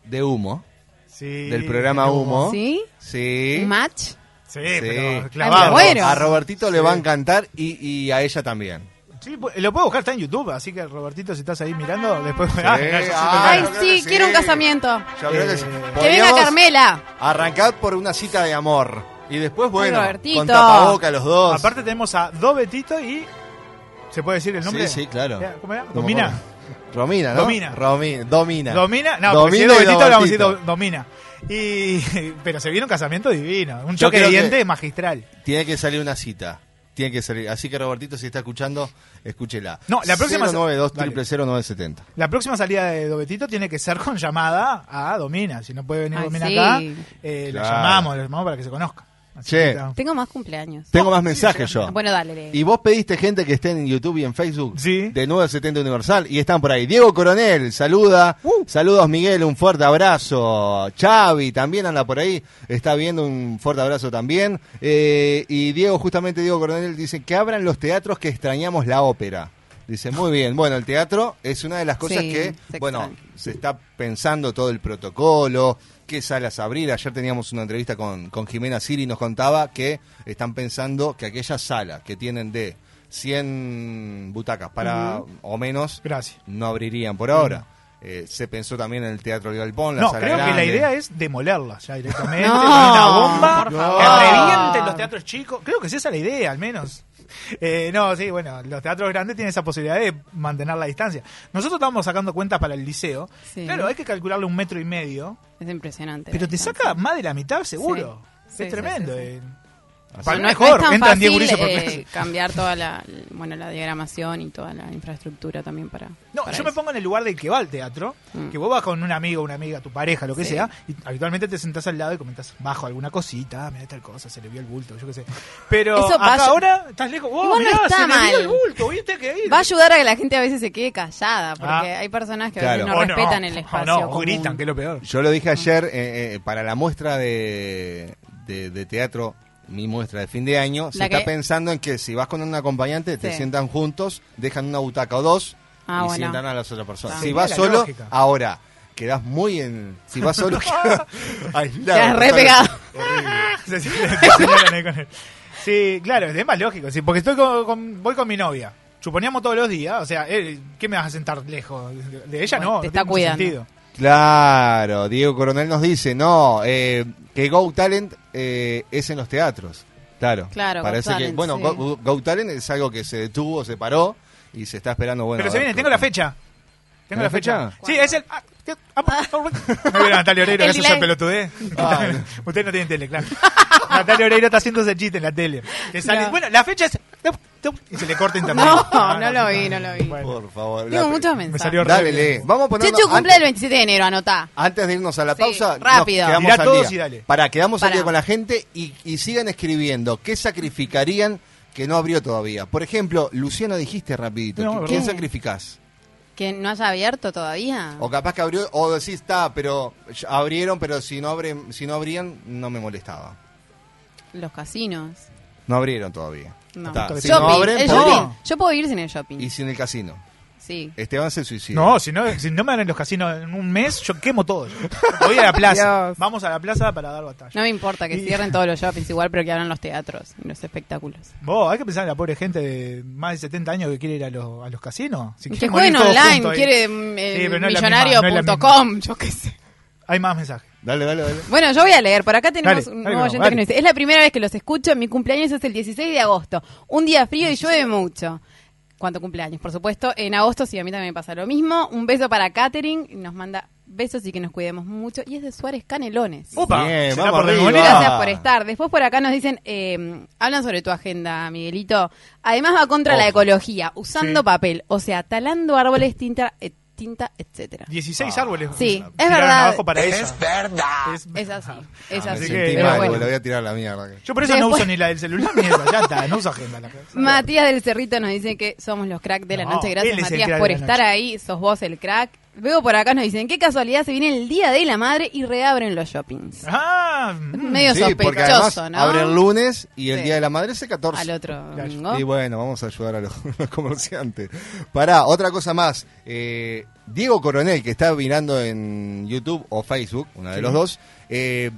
De humo. Sí, del programa de Humo. Humo. ¿Sí? Sí. ¿Un match? Sí, Sí. pero clavado. Ay, me muero. A Robertito le Sí. va a encantar y, y a ella también. Sí, pu- lo puedo buscar, está en YouTube, así que Robertito, si estás ahí mirando, después... Sí, Ah, mirá, yo siempre ay, gano. Creo Sí, que sí. quiero un casamiento. Yo creo Eh, que sí. Que venga Podríamos Carmela. Arrancar por una cita de amor. Y después, bueno, Robertito. con tapaboca los dos. Aparte tenemos a Dobetito y... ¿Se puede decir el nombre? Sí, sí, claro. Eh, ¿Cómo era? No me Domina. acuerdo. Romina, ¿no? Domina. Romi- domina. Domina. No, porque si es Domina y Dobetito le vamos a decir Robertito. Do- Domina. Y... Pero se viene un casamiento divino. Un Yo choque de creo que- dientes magistral. Tiene que salir una cita. Tiene que salir. Así que Robertito, si está escuchando, escúchela. No, la próxima- 092 0970. La próxima salida de Dobetito tiene que ser con llamada a Domina. Si no puede venir Ay, Domina sí. acá, eh, la Claro. llamamos, la llamamos para que se conozca. Che, Tengo más cumpleaños. Oh, tengo más mensajes yo. Bueno, dale. lee. Y vos pediste gente que esté en YouTube y en Facebook de 970 Universal y están por ahí. Diego Coronel, saluda. Saludos Miguel, un fuerte abrazo. Xavi también anda por ahí, está viendo un fuerte abrazo también. Eh, y Diego, justamente Diego Coronel, dice que abran los teatros que extrañamos la ópera. Dice, muy bien, bueno, el teatro es una de las cosas Sí, que, se bueno, extraña. se está pensando todo el protocolo, qué salas abrir. Ayer teníamos una entrevista con, con Jimena Siri y nos contaba que están pensando que aquellas salas que tienen de 100 butacas para Ujú. o menos no abrirían por ahora. Eh, se pensó también en el Teatro del Galpón, la No, sala creo que la grande. idea es demolerla ya directamente. No, con una bomba. por Que favor. revienten los teatros chicos. Creo que es esa la idea, al menos. Eh, no, sí, bueno, los teatros grandes tienen esa posibilidad de mantener la distancia. Nosotros estábamos sacando cuentas para el liceo. Sí. Claro, hay que calcularle un metro y medio, Es impresionante. pero te saca más de la mitad seguro. Sí, es sí, tremendo. sí, sí. eh. Pero Para no, es- no mejor, es tan entran 10 fácil gurises por eh, clase. cambiar toda la, l- bueno, la diagramación y toda la infraestructura también para... Mm. No, yo me pongo en el lugar del que va al teatro, que vos vas con un amigo, una amiga, tu pareja, lo que Sí. sea, y habitualmente te sentás al lado y comentás bajo alguna cosita, mira tal cosa, se le vio el bulto, yo qué sé. Pero Eso acá pasa. ahora estás lejos, oh, Igual no mirá, está se le vio el mal. bulto, viste que ahí. Va a ayudar a que la gente a veces se quede callada, porque Ah. hay personas que a Claro. veces no O no, respetan el o espacio. no, o común. gritan, que es lo peor. Yo lo dije ayer eh, eh, para la muestra de, de- de teatro, mi muestra de fin de año, se La está que- pensando en que si vas con un acompañante, te Sí. sientan juntos, dejan una butaca o dos Ah, y bueno. Ah. sientan a las otras personas. Está. Si Sería vas la solo, lógica. ahora quedás muy en... Si vas solo, quedás aislado. Quedás re pegado. Se sientan- se sientan ahí con él. Sí, claro, es más lógico, sí, porque estoy con, con- voy con mi novia. Suponíamos todos los días, o sea, eh, ¿qué me vas a sentar lejos? De ella no, te no está tiene mucho cuidando. sentido. Claro, Diego Coronel nos dice, no, eh, que Go Talent eh, es en los teatros. Claro. Claro, Go Parece que, Talent, bueno, sí. Go, Go Talent es algo que se detuvo, se paró y se está esperando. Bueno, Pero se a ver viene, qué- tengo la fecha. Tengo ¿Tenés la fecha. fecha? Sí, es el. ah, que- ah, No vieron a Natalia Oreiro, El que hace esa delay. pelotudez. Ah, Ustedes no tienen tele, claro. Natalia Oreiro está haciendo ese chiste en la tele. Que sale- No. Bueno, la fecha es. Y se le corta internet. No, no lo vi, no lo vi. Por favor. Tengo la- muchos me mensajes. salió re Dale, bien. lee. Vamos a poner Chechu cumple el 27 de enero, anotá. Antes de irnos a la Sí, pausa, rápido. Nos quedamos Mirá al todos día. y dale. Para, quedamos al Pará. día con la gente y, y sigan escribiendo. ¿Qué sacrificarían que no abrió todavía? Por ejemplo, Luciano dijiste rapidito. No, ¿qué- ¿verdad? ¿Quién ¿Qué? sacrificás? Que no haya abierto todavía. O capaz que abrió, o decís, está, pero ya abrieron, pero si no, abren, si no abrían, no me molestaba. Los casinos. No abrieron todavía. No. Está, Shopping, Si no abren, el podrían. shopping. Yo puedo vivir sin el shopping. Y sin el casino. Sí. Esteban se suicidó. No, si no, si no me dan en los casinos en un mes, yo quemo todo. yo. Voy a la plaza. Dios. Vamos a la plaza para dar batalla. No me importa que Y- cierren todos los shoppings igual, pero que abran los teatros y los espectáculos. Vos, hay que pensar en la pobre gente de más de 70 años que quiere ir a los, a los casinos. Si Que quieren morir jueguen todos online, juntos ahí. quiere eh, Sí, pero no es la misma, no es la misma. millonario.com, yo qué sé. Hay más mensajes. Dale, dale, dale. Bueno, yo voy a leer. Por acá tenemos Dale, un dale, nuevo vamos, oyente que dale. nos dice: Es la primera vez que los escucho. Mi cumpleaños es el 16 de agosto. Un día frío y llueve mucho. ¿Cuánto cumpleaños? Por supuesto, en agosto sí, a mí también me pasa lo mismo. Un beso para Katherine. Nos manda besos y que nos cuidemos mucho. Y es de Suárez Canelones. Upa, Bien, ¿será vamos por arriba. Remolera? Gracias por estar. Después por acá nos dicen, eh, hablan sobre tu agenda, Miguelito. Además va contra la Ojo. ecología, usando Sí. papel, o sea, talando árboles, tinta, eh, tinta etcétera. 16 árboles. Sí, es tiraron verdad. abajo para Ah. Es ella. Es- Es así, es Ah, me así. sentí pero mal, bueno. boludo, le voy a tirar la mierda. Yo por eso no Después- uso ni la del celular ni esa, ya está, no uso agenda. La Matías del Cerrito nos dice que somos los cracks de la No, noche. Gracias, él es el Matías, crack por de la estar noche. ahí. Sos vos el crack. Veo por acá nos dicen, qué casualidad, se viene el Día de la Madre y reabren los shoppings. Ah, Medio porque sospechoso, además ¿no? abre el lunes y el Sí. Día de la Madre es el 14. Al otro domingo. Y bueno, vamos a ayudar a los, los comerciantes. Pará, otra cosa más. Eh, Diego Coronel, que está mirando en YouTube o Facebook, una de Sí. los dos, eh,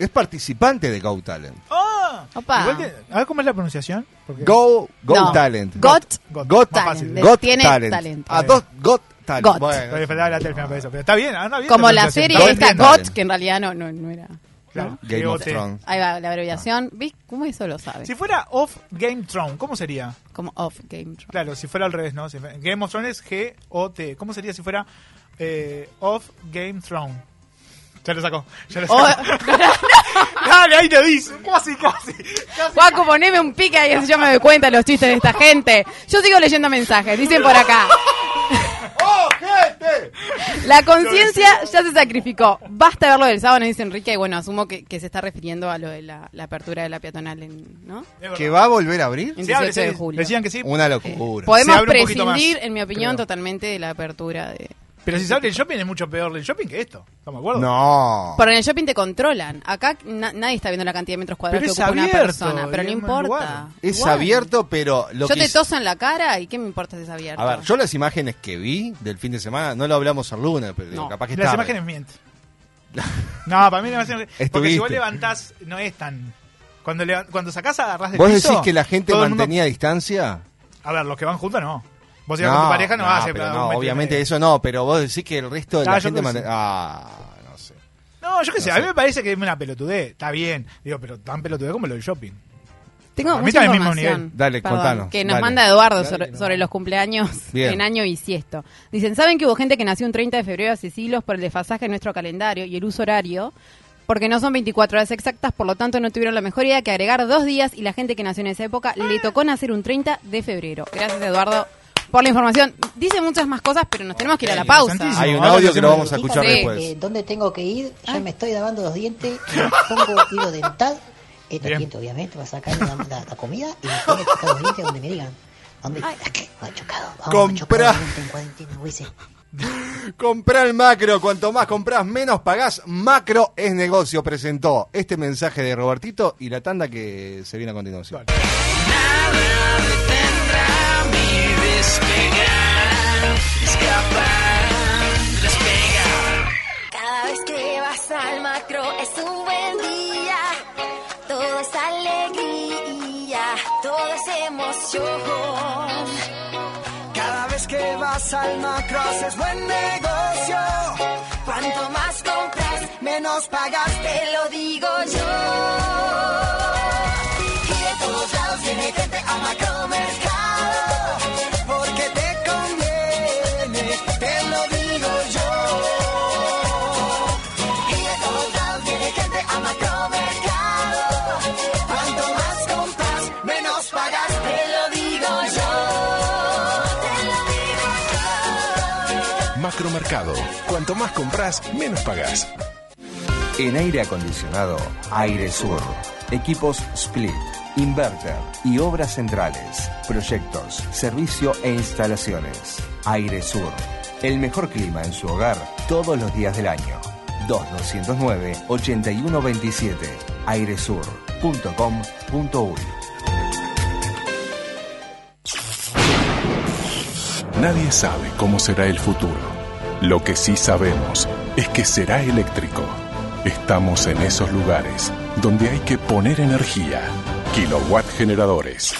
es participante de Go Talent. ¡Ah! Opa. Igual que- a ver cómo es la pronunciación. Porque- Go, Go No, Talent. Got- Got, Got Talent. Talent. Got Tiene Talent. talento. Ah, dos- Got Talent. Got. Bueno, Todavía faltaba la T al final para eso, pero está bien, anda bien Como la pronunciación, serie está esta, bien, GOT, bien. que en realidad no, no, no era. Claro, Game que of vote. Thrones. Ahí va la abreviación. ¿Ves cómo eso lo sabe? Si fuera Off Game Throne, ¿cómo sería? Como off game. Claro, si fuera al revés, ¿no? Si fuera- Game of Thrones es G-O-T. ¿Cómo sería si fuera eh, Off Game Throne? Ya lo sacó, ya lo sacó. Oh. Dale, ahí lo dice, casi, casi. Juaco, poneme un pique ahí, así yo me doy cuenta de los chistes de esta gente. Yo sigo leyendo mensajes, dicen por acá. ¡Oh, gente! La conciencia ya se sacrificó. Basta ver lo del sábado, nos dice Enrique. Y bueno, asumo que, que se está refiriendo a lo de la, la apertura de la peatonal, en- ¿no? ¿Que va a volver a abrir? Se abre, 18 de se- julio. decían que sí. Una locura. Podemos Se abre un poquito prescindir, más, en mi opinión, creo. totalmente de la apertura. De... Pero si se abre el shopping es mucho peor el shopping que esto. ¿Estamos de acuerdo? No. Pero en el shopping te controlan. Acá na- nadie está viendo la cantidad de metros cuadrados Pero es que ocupa una abierto, persona. Pero no y es más importa. Es Igual. abierto, pero lo Yo que te hizo- toso en la cara y ¿qué me importa si es abierto? A ver, yo las imágenes que vi del fin de semana, no lo hablamos el lunes, pero No, capaz que Las tarde. imágenes mienten. no, para mí las imágenes Porque si vos Estuviste. levantás, no es tan. Cuando, leva- cuando sacás, agarrás del ¿Vos piso, decís que la gente todo el mundo- mantenía distancia? A ver, los que van juntos no. Vos si vas con tu pareja no, vas a pero hacer no, obviamente eso no, pero vos decís que el resto de Ah, la yo gente creo que mantenía... Ah, no sé. No, yo qué sé, a mí me parece que es una pelotudez. Está bien. Digo, pero tan pelotudez como lo del shopping. Tengo Para mí mucha está al mismo información. nivel. Dale, Perdón, contanos, Que nos dale. manda Eduardo sobre, sobre los cumpleaños Bien. en año bisiesto. Dicen, ¿saben que hubo gente que nació un 30 de febrero hace siglos por el desfasaje de nuestro calendario y el uso horario? Porque no son 24 horas exactas, por lo tanto no tuvieron la mejor idea que agregar dos días y la gente que nació en esa época le tocó nacer un 30 de febrero. Gracias Eduardo por la información. Dice muchas más cosas, pero nos tenemos que ir Eh, a la pausa. Hay un audio que lo vamos a escuchar Sí. después. Eh, ¿Dónde tengo que ir? Ah. Ya me estoy lavando los dientes, me pongo hilo dental, esto diente obviamente, para sacar la, la- la comida y me pongo a chocar los dientes donde me digan. ¿Dónde? Aquí, me ha chocado. Vamos a chocar Comprá. los dientes en cuarentena, güeyes. Comprá el macro, cuanto más comprás, menos pagás. Macro es negocio, presentó este mensaje de Robertito y la tanda que se viene a continuación. mi despegar, escapar, despegar. Cada vez que vas al macro es un buen día. Todo es alegría, todo es emoción. Cada vez que vas al macro haces buen negocio. Cuanto más compras, menos pagas, te lo digo yo. Y de todos lados viene gente a macromercado. Porque te conviene, te lo digo yo. Y de todos lados viene gente a macromercado. Cuanto más compras, menos pagas, te lo digo yo. Te lo digo Macromercado. Cuanto más compras, menos pagás. En aire acondicionado, Aire Sur. Equipos split, inverter y obras centrales. Proyectos, servicio e instalaciones. Aire Sur. El mejor clima en su hogar todos los días del año. 2209-8127. airesur.com.uy Nadie sabe cómo será el futuro. Lo que sí sabemos es que será eléctrico. Estamos en esos lugares donde hay que poner energía. Kilowatt generadores.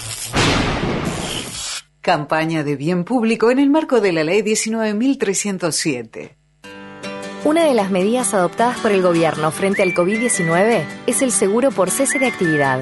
Campaña de bien público en el marco de la Ley 19.307. Una de las medidas adoptadas por el gobierno frente al COVID-19 es el seguro por cese de actividad.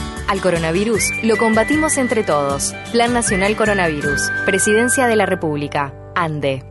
Al coronavirus lo combatimos entre todos. Plan Nacional Coronavirus. Presidencia de la República. ANDE.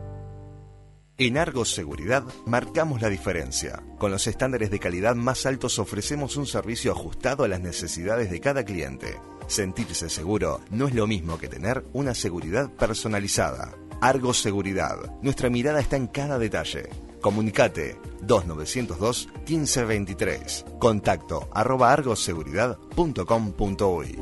En Argos Seguridad marcamos la diferencia. Con los estándares de calidad más altos ofrecemos un servicio ajustado a las necesidades de cada cliente. Sentirse seguro no es lo mismo que tener una seguridad personalizada. Argos Seguridad. Nuestra mirada está en cada detalle. Comunicate 2902 1523. Contacto arroba argoseguridad.com.uy.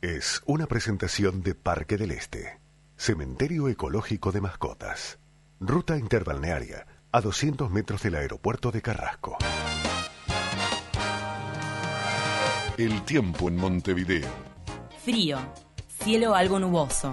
Es una presentación de Parque del Este, Cementerio Ecológico de Mascotas, ruta interbalnearia a 200 metros del aeropuerto de Carrasco. El tiempo en Montevideo. Frío. Cielo algo nuboso.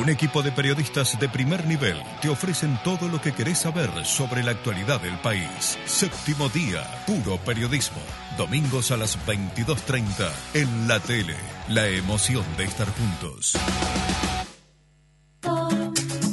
Un equipo de periodistas de primer nivel te ofrecen todo lo que querés saber sobre la actualidad del país. Séptimo día, puro periodismo. Domingos a las 22.30 en la tele. La emoción de estar juntos.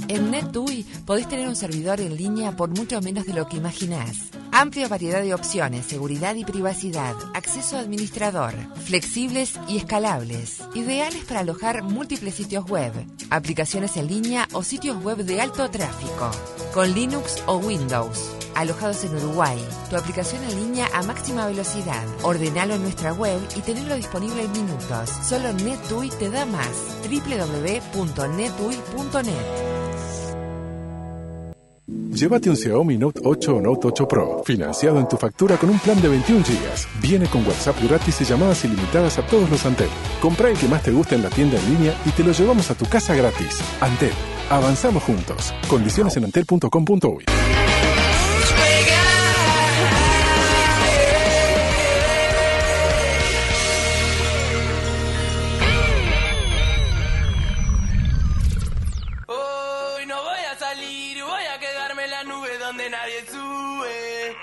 En NetUI podés tener un servidor en línea por mucho menos de lo que imaginás. Amplia variedad de opciones, seguridad y privacidad, acceso a administrador, flexibles y escalables, ideales para alojar múltiples sitios web, aplicaciones en línea o sitios web de alto tráfico, con Linux o Windows. Alojados en Uruguay, tu aplicación en línea a máxima velocidad. Ordenalo en nuestra web y tenerlo disponible en minutos. Solo NetUI te da más. www.netui.net Llévate un Xiaomi Note 8 o Note 8 Pro, financiado en tu factura con un plan de 21 GB. Viene con WhatsApp gratis y llamadas ilimitadas a todos los Antel. Compra el que más te gusta en la tienda en línea y te lo llevamos a tu casa gratis. Antel, avanzamos juntos. Condiciones en antel.com.uy. Hoy no voy a salir, voy a quedarme en la nube donde nadie sube.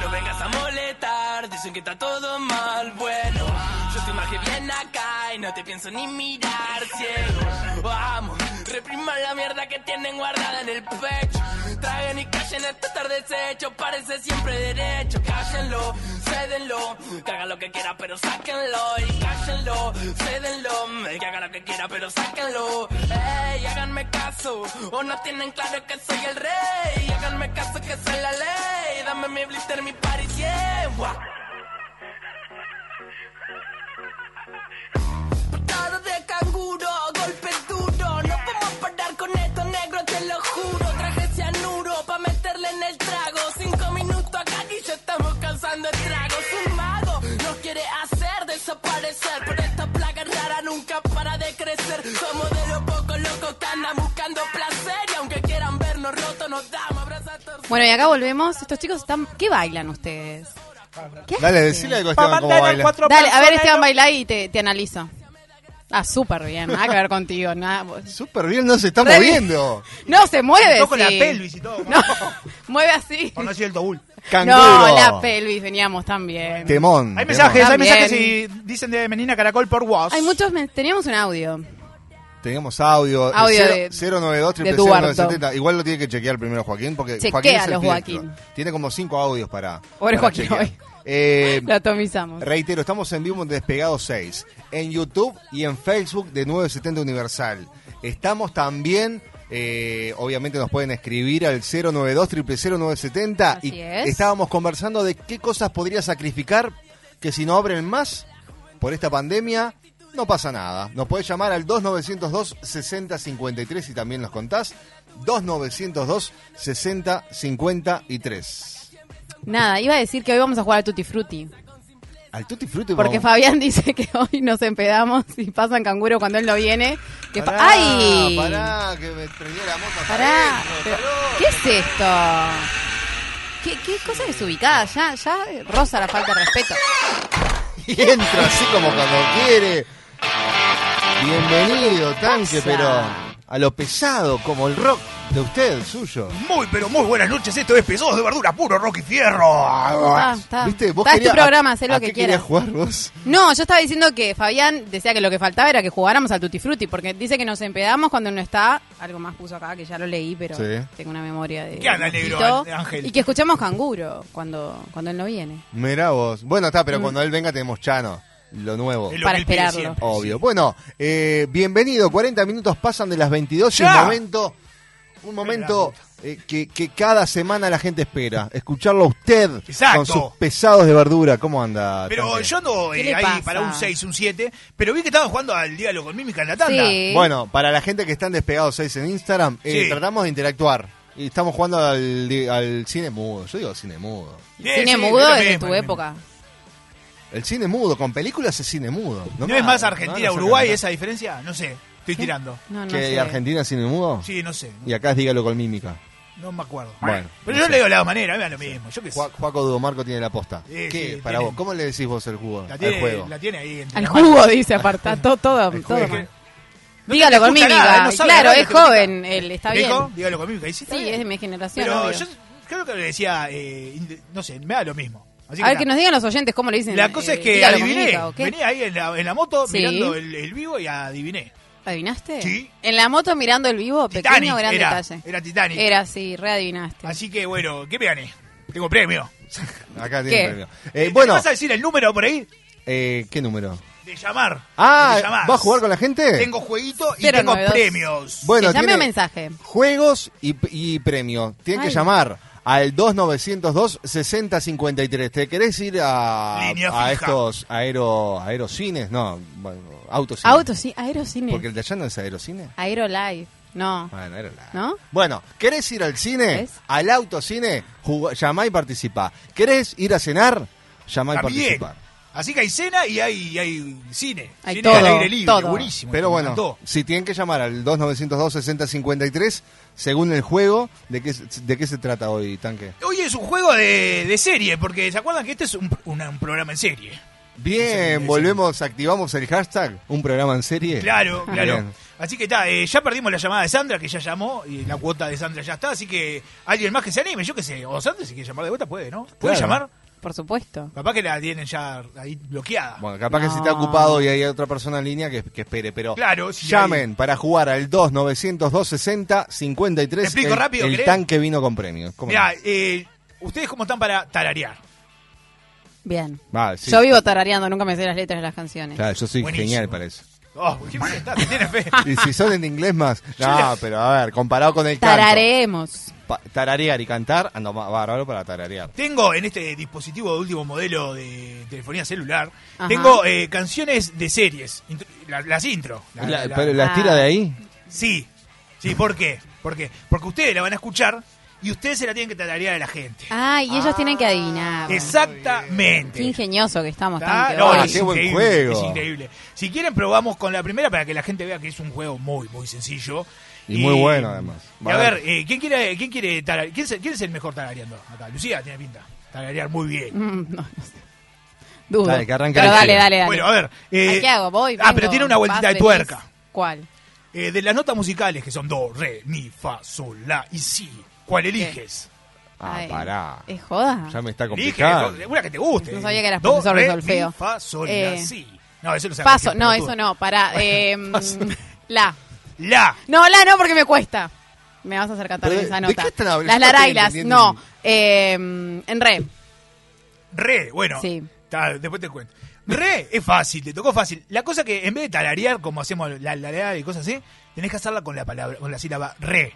No vengas a molestar, dicen que está todo mal, bueno. Yo estoy más que bien acá y no te pienso ni mirar, ciego. Vamos, repriman la mierda que tienen guardada en el pecho. Traguen y callen este tarde desecho, parece siempre derecho. Cállenlo, cédenlo, que haga lo que quiera, pero sáquenlo. Y cállenlo, cédenlo, que haga lo que quiera, pero sáquenlo. Ey, háganme caso, o no tienen claro que soy el rey. Háganme caso que soy la ley. Dame mi blister, mi paris, yeah. Guau. Patada de canguro, golpe duro. No vamos a parar con esto, negro, te lo juro. Traje cianuro pa' meterle en el trago. Cinco minutos acá y ya estamos cansando el trago. Es un mago, nos quiere hacer desaparecer. Pero esta plaga rara nunca para de crecer. Somos de los pocos locos que andan buscando placer. Y aunque quieran vernos rotos, nos damos abrazos. Bueno, y acá volvemos. Estos chicos están. ¿Qué bailan ustedes? ¿Qué Dale, hacen? decile algo a Esteban cómo baila. Dale, a ver, Esteban, baila y te, te analizo. Ah, súper bien, nada que ver contigo. Nada. Súper bien, no se está Re moviendo. No, se mueve. Tocó la sí. pelvis y todo. No, mueve así. Conocí el Doul. Canguro. No, la pelvis, veníamos también. Temón. Hay mensajes, hay También. mensajes y dicen de Menina Caracol por WhatsApp. Hay muchos, men- teníamos un audio. Teníamos audio. eh, Audio cero- de- 092 de Duardo. 970. Igual lo tiene que chequear primero Joaquín, porque Chequea Joaquín es el los filtro. Joaquín. Tiene como cinco audios para. Pobre para Joaquín chequear. hoy. Eh, Lo atomizamos. Reitero, estamos en vivo en Despegado 6, en YouTube y en Facebook de 970 Universal. Estamos también, eh, obviamente nos pueden escribir al 092 0970 y es. estábamos conversando de qué cosas podría sacrificar que si no abren más por esta pandemia no pasa nada. Nos podés llamar al 2902 6053 y también nos contás 2902 6053. Nada, iba a decir que hoy vamos a jugar a Tutti Frutti. Al Tutti Frutti Porque vamos- Fabián dice que hoy nos empedamos y pasan canguro cuando él no viene. Que fa- Pará, ¡Ay! Pará, que me prendí la moto. Pará, pero- ¿Qué es esto? ¿Qué, qué cosa desubicada? Ya, ya eh, rosa la falta de respeto. Y entra así como cuando quiere. Bienvenido, tanque, pero a lo pesado, como el rock de usted, el suyo. Muy, pero muy buenas noches. Esto es Pesados de Verdura, puro rock y fierro. Ah, está. ¿Viste? Vos Está, es tu querías- programa, ¿a- hacé lo a que qué querías quieras. jugar vos? No, yo estaba diciendo que Fabián decía que lo que faltaba era que jugáramos al Tutti Frutti, porque dice que nos empedamos cuando no está. Algo más puso acá que ya lo leí, pero Sí. tengo una memoria de. ¿Qué anda, negro, poquito. Á- Ángel? Y que escuchamos canguro cuando, cuando él no viene. Mirá vos. Bueno, está, pero Mm. cuando él venga tenemos Chano. Lo nuevo. Es lo Para que él pide esperarlo. siempre, Obvio. Bueno, eh, bienvenido. 40 minutos pasan de las 22 y ¡Ya! un momento, un momento eh, que, que cada semana la gente espera. Escucharlo a usted Exacto. con sus pesados de verdura. ¿Cómo anda? Pero Tanque? yo ando ¿Qué eh, le ahí pasa? para un 6, un 7. Pero vi que estaban jugando al diálogo con mímica en la tanda. Eh. Bueno, para la gente que están despegados 6 en Instagram, eh, Sí. tratamos de interactuar. Y estamos jugando al, di- al cine mudo. Yo digo cine mudo. Cine mudo es de tu época. El cine mudo, con películas es cine mudo. ¿No es más no, no, Argentina-Uruguay no, no. esa diferencia? No sé. Estoy tirando. No, ¿Qué, Argentina sin el mudo? Sí, no sé. Y acá es dígalo con mímica. No me acuerdo. Bueno, Pero no yo sé. le digo la manera, vean lo mismo. Yo qué sé. Ju- Juaco Dudomarco tiene la posta. Sí, ¿Qué? sí, Para tiene- vos, ¿cómo le decís vos el jugo? La al tiene, juego. la tiene ahí. entre Al las juego, manos. dice, aparta, todo, todo, todo juego. mal. Dígalo con escucha mímica. nada, no sabe claro, nada, es no escucha joven, él está bien. ¿Viejo? Dígalo con mímica. ahí sí, está Sí, bien. es de mi generación. Pero obvio. yo creo que le decía, eh, inde- no sé, me da lo mismo. Así A ver nada. que nos digan los oyentes cómo le dicen. La cosa eh, es que dígalo con adiviné. mímica, ¿o qué? Venía ahí en la, en la moto Sí. mirando el, el vivo y adiviné. ¿Adivinaste? En la moto mirando el vivo, Titanic pequeño gran era, detalle. era Titanic. Era, sí, readivinaste. Así que bueno, ¿qué me gané? Tengo premio. Acá ¿Qué? tiene el premio. Eh, bueno, ¿Me vas a decir el número por ahí? eh, ¿qué número? De llamar. Ah, de llamar. ¿va a jugar con la gente? Tengo jueguito y Cero, tengo nueve, dos. premios. Bueno, que llame tiene- un mensaje. Juegos y, y premios. Tienen Ay. que llamar al 2902-6053. ¿Te querés ir a, Línea a fija. estos aero, aerocines? No, bueno, autocines. Auto, sí, aerocine. Porque el de allá no es aerocine. Aerolife. No. Ah. Bueno, aerolife. ¿No? Bueno, ¿querés ir al cine? ¿Ves? Al autocine, Jugá- llamá y participá. ¿Querés ir a cenar? Llamá y También. participá. Así que hay cena y hay, y hay cine. Hay cine todo, al aire libre, todo. buenísimo. Pero me bueno, encantó. si tienen que llamar al 2902-6053, según el juego, ¿de qué, se- ¿de qué se trata hoy, Tanque? Hoy es un juego de, de serie, porque ¿se acuerdan que este es un, una- un programa en serie? Bien, volvemos, activamos el hashtag, un programa en serie. Claro, claro. Bien. Así que está, eh, ya perdimos la llamada de Sandra, que ya llamó, y la cuota de Sandra ya está, así que alguien más que se anime, yo qué sé, o Sandra si quiere llamar de vuelta puede, ¿no? ¿Puede Claro. llamar? Por supuesto. Capaz que la tienen ya ahí bloqueada. Bueno, capaz que si No. está ocupado y hay otra persona en línea que, que espere, pero Claro, si llamen para jugar al 2902-60-53. Te explico el, rápido, El ¿querés? tanque vino con premios. ¿Cómo Mirá, eh, ¿ustedes cómo están para tararear? Bien. no? Ah, sí. Yo vivo tarareando, nunca me sé las letras de las canciones. Claro, yo soy Buenísimo. genial para eso. Oh, qué bien está, te tiene fe. Y si son en inglés más. No, pero a ver, comparado con el canto. Tarareemos. Pa- tararear y cantar, ando más bárbaro para tararear. Tengo en este dispositivo de último modelo de telefonía celular, Ajá. tengo eh, canciones de series, int- la- las intro. la- La- la- Ah. pero las tira de ahí. Sí, sí, ¿por qué? ¿Por qué? Porque ustedes la van a escuchar y ustedes se la tienen que tararear a la gente. Ah, y ellos tienen que adivinar. Exactamente. Qué ingenioso que estamos. Ah, Tanque, no, hoy. es increíble, Es increíble. Si quieren probamos con la primera para que la gente vea que es un juego muy, muy sencillo. Eh, Y muy bueno, además. y a ver, eh, ¿quién quiere, quién quiere tararear? ¿Quién, es el- quién es el mejor tarareando? Acá, Lucía tiene pinta. Tararear muy bien. Mm, no, no sé. Dudo. Dale, que arranque Pero la dale, chica. dale, dale. Bueno, a ver, eh, ¿Qué hago? Voy. ah, pero vengo, tiene una vueltita vas, de tuerca. venís. ¿Cuál? Eh, de las notas musicales que son do, re, mi, fa, sol, la y si, ¿cuál eliges? Ah, Ay, pará. eh, ¿Es joda? Ya me está Elige, complicando. do- una que te guste. No sabía que eras Do, profesor de re, solfeo. Mi, fa, sol, la, Eh, si. No, eso no se Paso, hace, no, pelotudo. eso no, pará. Eh, la. La. No, la no, porque me cuesta. Me vas a hacer cantar Pero, esa ¿de nota. qué están hablando? Las Yo no estoy larailas, entendiendo. no. Eh, en re. Re, bueno. Sí. ta, después te cuento. Re es fácil, te tocó fácil. La cosa que en vez de talarear, como hacemos la tarea y cosas así, tenés que hacerla con la palabra, con la sílaba re.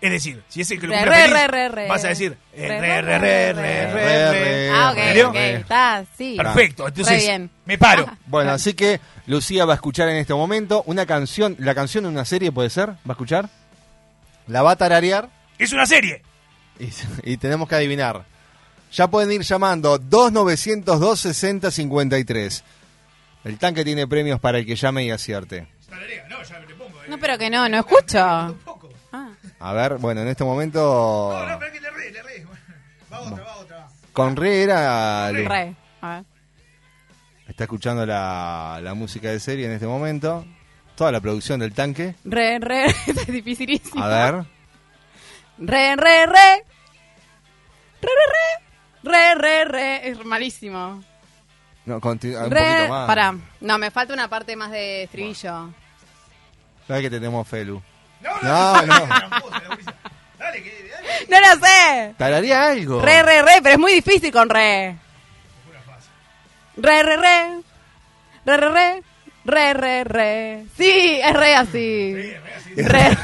Es decir, si es el que lo Re, cumple re, feliz, re, re, re. vas a decir eh, Re, re, re, re, re, re, re. Ah, ok, ¿Entendió? ok. Está, sí. Eh. Perfecto, entonces Re bien. me paro. Bueno, así que Lucía va a escuchar en este momento una canción. ¿La canción de una serie puede ser? ¿Va a escuchar? La va a tararear Es una serie. y, y tenemos que adivinar. Ya pueden ir llamando 2902 6053. El tanque tiene premios para el que llame y acierte. eh. No, pero que no, no escucho. Ah, A ver, bueno, en este momento. Con Re era. Lu- Re. A ver. Está escuchando la, la música de serie en este momento. Toda la producción del tanque. Re, re, es dificilísimo. A ver. Re, re, re. Re, re, re. Re, re, re. Es malísimo. No, Ah, continúa un Re, poquito más. pará. No, me falta una parte más de estribillo. Sabes que tenemos Felu. no, No, no. No lo sé. Tararía algo. Re, re, re, pero es muy difícil con re. Re, re, re. Re, re, re. Re, re, re. Sí, es re así. Re.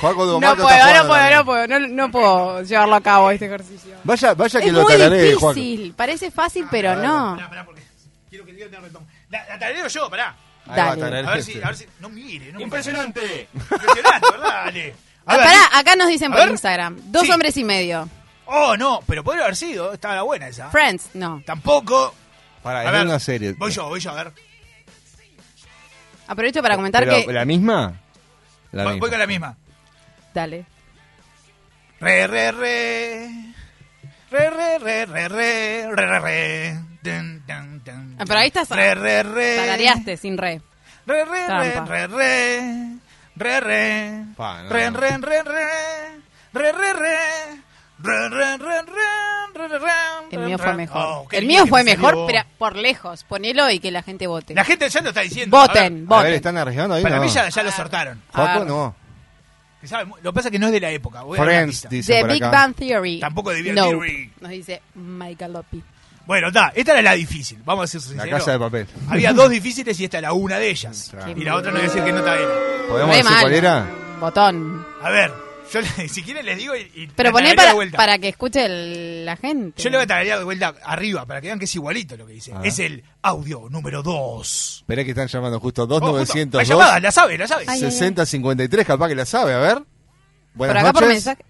Juaco No Domarco puedo, está no jugando puedo, también. no puedo. No, no puedo llevarlo a cabo este ejercicio. Vaya, vaya que es lo muy tararé, Juaco. difícil. Parece fácil, pero no. Ah, La, la tarareo yo, pará. Ahí va, Dale. tarareo A ver si, este. a ver si. No mire, no Impresionante. Impresionante, ¿verdad? Ale? A Ah, ver, pará, acá nos dicen A por ver. Instagram. Dos Sí. hombres y medio. Oh, no, pero podría haber sido. Estaba buena esa. Friends, no. Tampoco. Para, A ver, es una Ah, serie. Voy yo, voy yo, a ver. Aprovecho para comentar Pero, que. ¿La misma? La Voy misma. con la misma. Dale. Re, re, re. Re, re, re, re, re, re, re, re. Dun, dun, dun. Ah, pero ahí estás. Re, re, re. Tarareaste sin re. Re, re, re, Trampa. re, re. Re, re. Pa, no, Re, no. re, re, re. Re, re, re. Re, re, re, re, re, re, El re, mío re. fue mejor. Oh, qué el bien mío que fue me mejor, salió. pero por lejos. Ponelo y que la gente vote. La gente ya lo está diciendo. Voten, A ver, A ver, ¿están arriesgando ahí? Para no. mí ya, ya lo sortaron. Joaco, no. Que sabe mu- Lo que pasa es que no es de la época. voy a dar una Friends, pista. dice The por Big acá. Bang Theory. Tampoco de Big Bang no. Theory. Nos dice Michael Lopi. Bueno, está. Esta era la difícil. Vamos a ser La sinceros. casa de papel. Había dos difíciles y esta era una de ellas. Y la otra no voy a decir que no está bien. ¿Podemos Re decir mal. cuál era? Botón. A ver, yo le- si quieren les digo y, y Pero la poné tararearé para, de vuelta. para que escuche el- la gente. Yo le voy a tararear de vuelta arriba para que vean que es igualito lo que dice. Es el audio número 2. Esperá que están llamando justo Oh, La 2902. llamada, la sabe, la sabe. 6053, capaz que la sabe, a ver. Buenas por acá por noches. mensaje.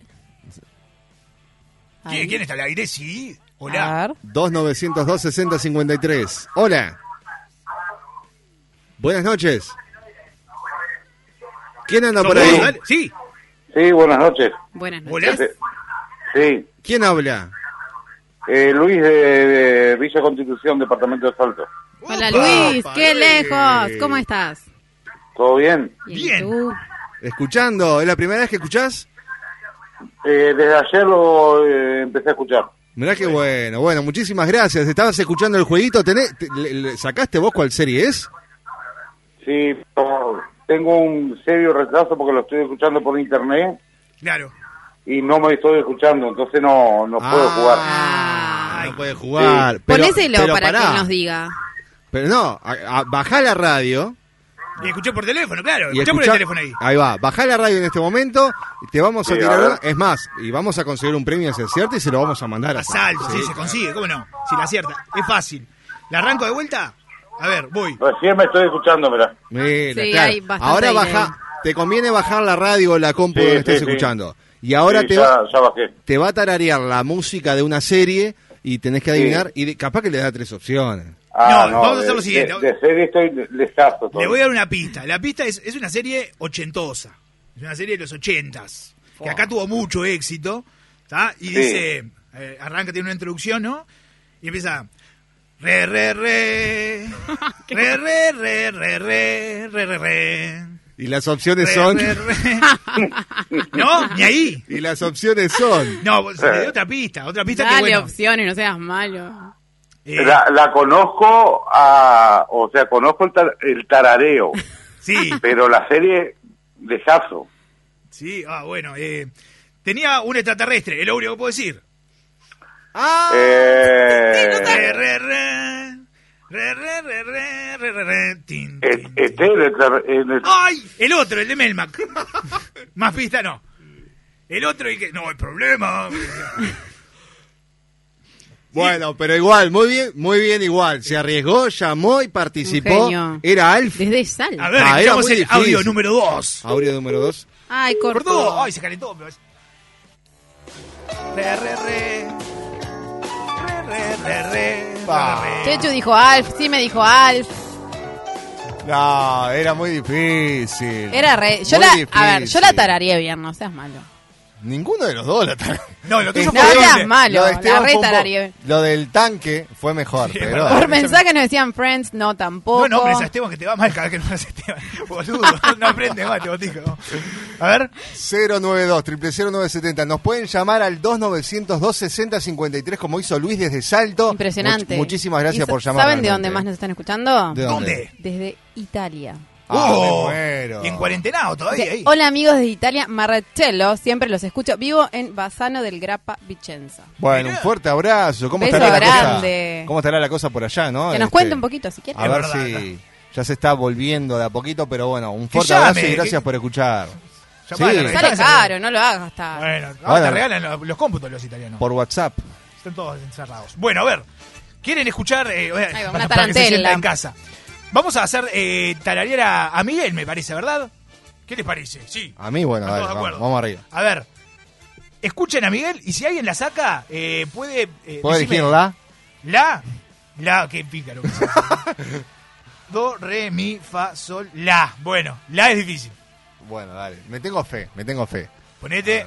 ¿Quién, quién está al aire? Sí. Hola. 2902 6053. Hola. Buenas noches. ¿Quién anda por ¿Somos ahí? Dale, Sí. Sí, buenas noches. Buenas noches. Sí, ¿Quién habla? eh, Luis de, de Villa Constitución, Departamento de Salto. Hola Luis, qué lejos. ¿Cómo estás? ¿Todo bien? Bien. Escuchando, ¿es la primera vez que escuchás? Eh, desde ayer lo eh, empecé a escuchar. Mirá que bueno, bueno, muchísimas gracias. Estabas escuchando el jueguito, tenés- te- le- le- ¿sacaste vos cuál serie es? Sí, pero tengo un serio retraso porque lo estoy escuchando por internet Claro. y no me estoy escuchando, entonces no, no puedo jugar. no puede Ah, jugar. Pero, Ah. Ponéselo pero para pará. que nos diga. Pero no, a- a- bajá la radio. Y escuché por teléfono, claro. Y Escuché por el escuchá- teléfono ahí. Ahí va, bajá la radio en este momento. y Te vamos a Sí, tirar a ver. una- Es más, y vamos a conseguir un premio, si es cierto, y se lo vamos a mandar a A salto, sí, se consigue, ¿cómo no? Si la acierta. Es fácil. ¿La arranco de vuelta? A ver, voy. Recién me estoy escuchando, mirá. Mira, Sí, claro. hay bastante Ahora aire. baja, ¿eh? te conviene bajar la radio o la compu Sí, donde sí, estés sí. escuchando. Y ahora Sí, te, ya, va, ya bajé. te va a tararear la música de una serie y tenés que Sí. adivinar. Y de- capaz que le da tres opciones. Ah, No, vamos a hacer lo de- siguiente. De, de serie estoy lesazo Le todavía. voy a dar una pista. La pista es, es una serie ochentosa. Es una serie de los ochentas. Que acá tuvo mucho éxito. ¿tá? Y Sí. dice, eh, arranca, tiene una introducción, ¿no? Y empieza... Re, re, re. Re, re, re, re, re, re, re, re. Y las opciones Re, son. re, re. ¿No? Ni ahí. Y las opciones son. No, vos- le doy otra pista. Otra pista Dale que bueno. Eh. opciones, no seas malo. La, la conozco a, o sea, conozco el, tar- el tarareo. Sí. Pero la serie de Jaso. Sí, ah, bueno. eh, tenía un extraterrestre, es lo único que puedo decir. Re, Eh, re, re. Re, re, re, re, re, re, re. Tin. eh, este era el tar- en el- ¡Ay! El otro, el de Melmac. Más pista no. El otro y que. No, hay problema. Bueno, pero igual, muy bien, muy bien igual. Se arriesgó, llamó y participó. Un genio. Era Alf. Desde Sal. A ver, Ah, era escuchamos muy el difícil. audio número 2. Audio número 2. Ay, cortó. Cortó. Ay, se calentó. pero- Re, re, re. Re, re, re, re. Chechu dijo Alf, sí me dijo Alf. No, era muy difícil. Era re. Yo Muy la, a ver, difícil. yo la tararía bien, no seas malo. Ninguno de los dos la tar- No, lo tuyo fue No horrible. seas malo, Lo de la Esteban re fue un po- tararía. Lo del tanque fue mejor, pero. Por mensaje nos decían Friends, no tampoco. No, no, pero es a Esteban que te va mal cada vez que no hace Esteban. Boludo, no aprende más, te botico. A ver. 092 00970. Nos pueden llamar al 2902 6053 como hizo Luis desde Salto. Impresionante. Much- muchísimas gracias ¿Y por sa- llamar. ¿Saben realmente. de eh. dónde más nos están escuchando? ¿De dónde? Desde Italia. Ah, me Oh, muero. Y en cuarentenado todavía Dice, ahí. Hola amigos de Italia, Marcello, siempre los escucho. Vivo en Bassano del Grappa Vicenza. Bueno, un fuerte abrazo. ¿Cómo Beso estará la grande. cosa? ¿Cómo estará la cosa por allá, no? que nos Este, cuente un poquito si quieren. A ver si ya se está volviendo de a poquito, pero bueno, un Que fuerte llame, abrazo y que- gracias por escuchar. Sí, Llamá a la Sale caro, no lo hagas hasta. Bueno, ahora Ahora- te regalan los, los cómputos los italianos. por WhatsApp. Están todos encerrados. Bueno, a ver. ¿Quieren escuchar? eh, eh, va, para, una para que se tarantela. sienta en casa. Vamos a hacer eh, tararear a, a Miguel, me parece, ¿verdad? ¿Qué les parece? Sí. A mí, bueno, Estamos dale, de vamos, acuerdo. vamos arriba. A ver. Escuchen a Miguel y si alguien la saca, eh, puede. eh, ¿Puedo decime- elegirla? ¿La? La, qué pícaro. que sos. Do, re, mi, fa, sol, la. Bueno, la es difícil. Bueno, dale. Me tengo fe, me tengo fe. Ponete.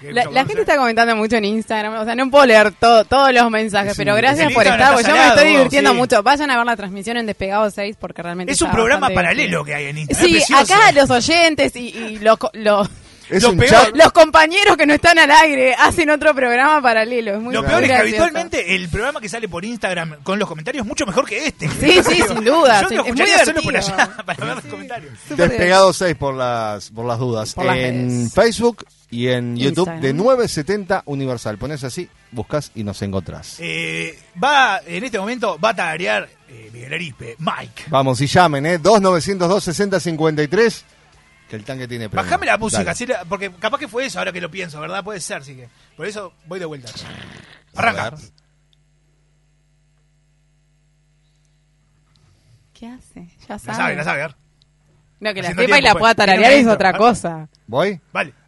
La, la gente está comentando mucho en Instagram, o sea, no puedo leer todo, todos los mensajes, pero gracias por estar, porque yo me estoy divirtiendo mucho. Vayan a ver la transmisión en Despegado 6 porque realmente Es un está programa bastante paralelo divertido. que hay en Instagram. Sí, es precioso. acá los oyentes y, y los, co- los, Es los un peor- chat. los compañeros que no están al aire hacen otro programa paralelo. Es muy Lo peor es que gracioso. habitualmente el programa que sale por Instagram con los comentarios es mucho mejor que este. Sí, sí, sin duda, Yo sí, lo es muy escucharía solo por divertido. allá para ver los comentarios. Despegado 6 por las, por las dudas. Por las en Facebook y en YouTube Instagram. de 970 Universal. Pones así, buscas y nos encontrás. Eh, va, en este momento va a tarear Miguel Arispe, Mike. Vamos y llamen, ¿eh? 2902 6053. Que el tanque tiene premio. Bajame la música, Dale. así la- porque capaz que fue eso ahora que lo pienso, ¿verdad? Puede ser, sí que. Por eso voy de vuelta. A Arranca. ver. ¿Qué hace? Ya sabe. La sabe, la sabe, a ver. No, que la Haciendo sepa y tiempo, la pues. pueda tararear Tiene es una otra intro, cosa. ¿Voy? Vale.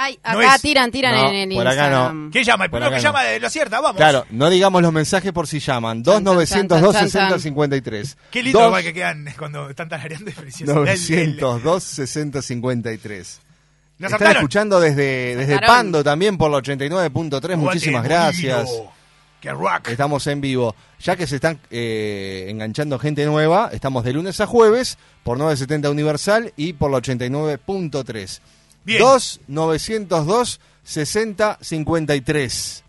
Ay, No acá es- tiran, tiran No, en el por acá Instagram. no. ¿Qué llama? El Por primero acá que no. llama eh, lo acierta, vamos. Claro, no digamos los mensajes por si llaman. 2902 60 53. Qué lindo Dos- igual que quedan cuando están tarareando. es precioso. El- el- 902 60 53. Lo Están acertaron. escuchando desde, desde Acertaron. Pando también por la 89.3. Muchísimas Aguante, gracias. boludo. Qué rock. Estamos en vivo. Ya que se están eh, enganchando gente nueva, estamos de lunes a jueves por 970 Universal y por la 89.3. 2 902 60 53.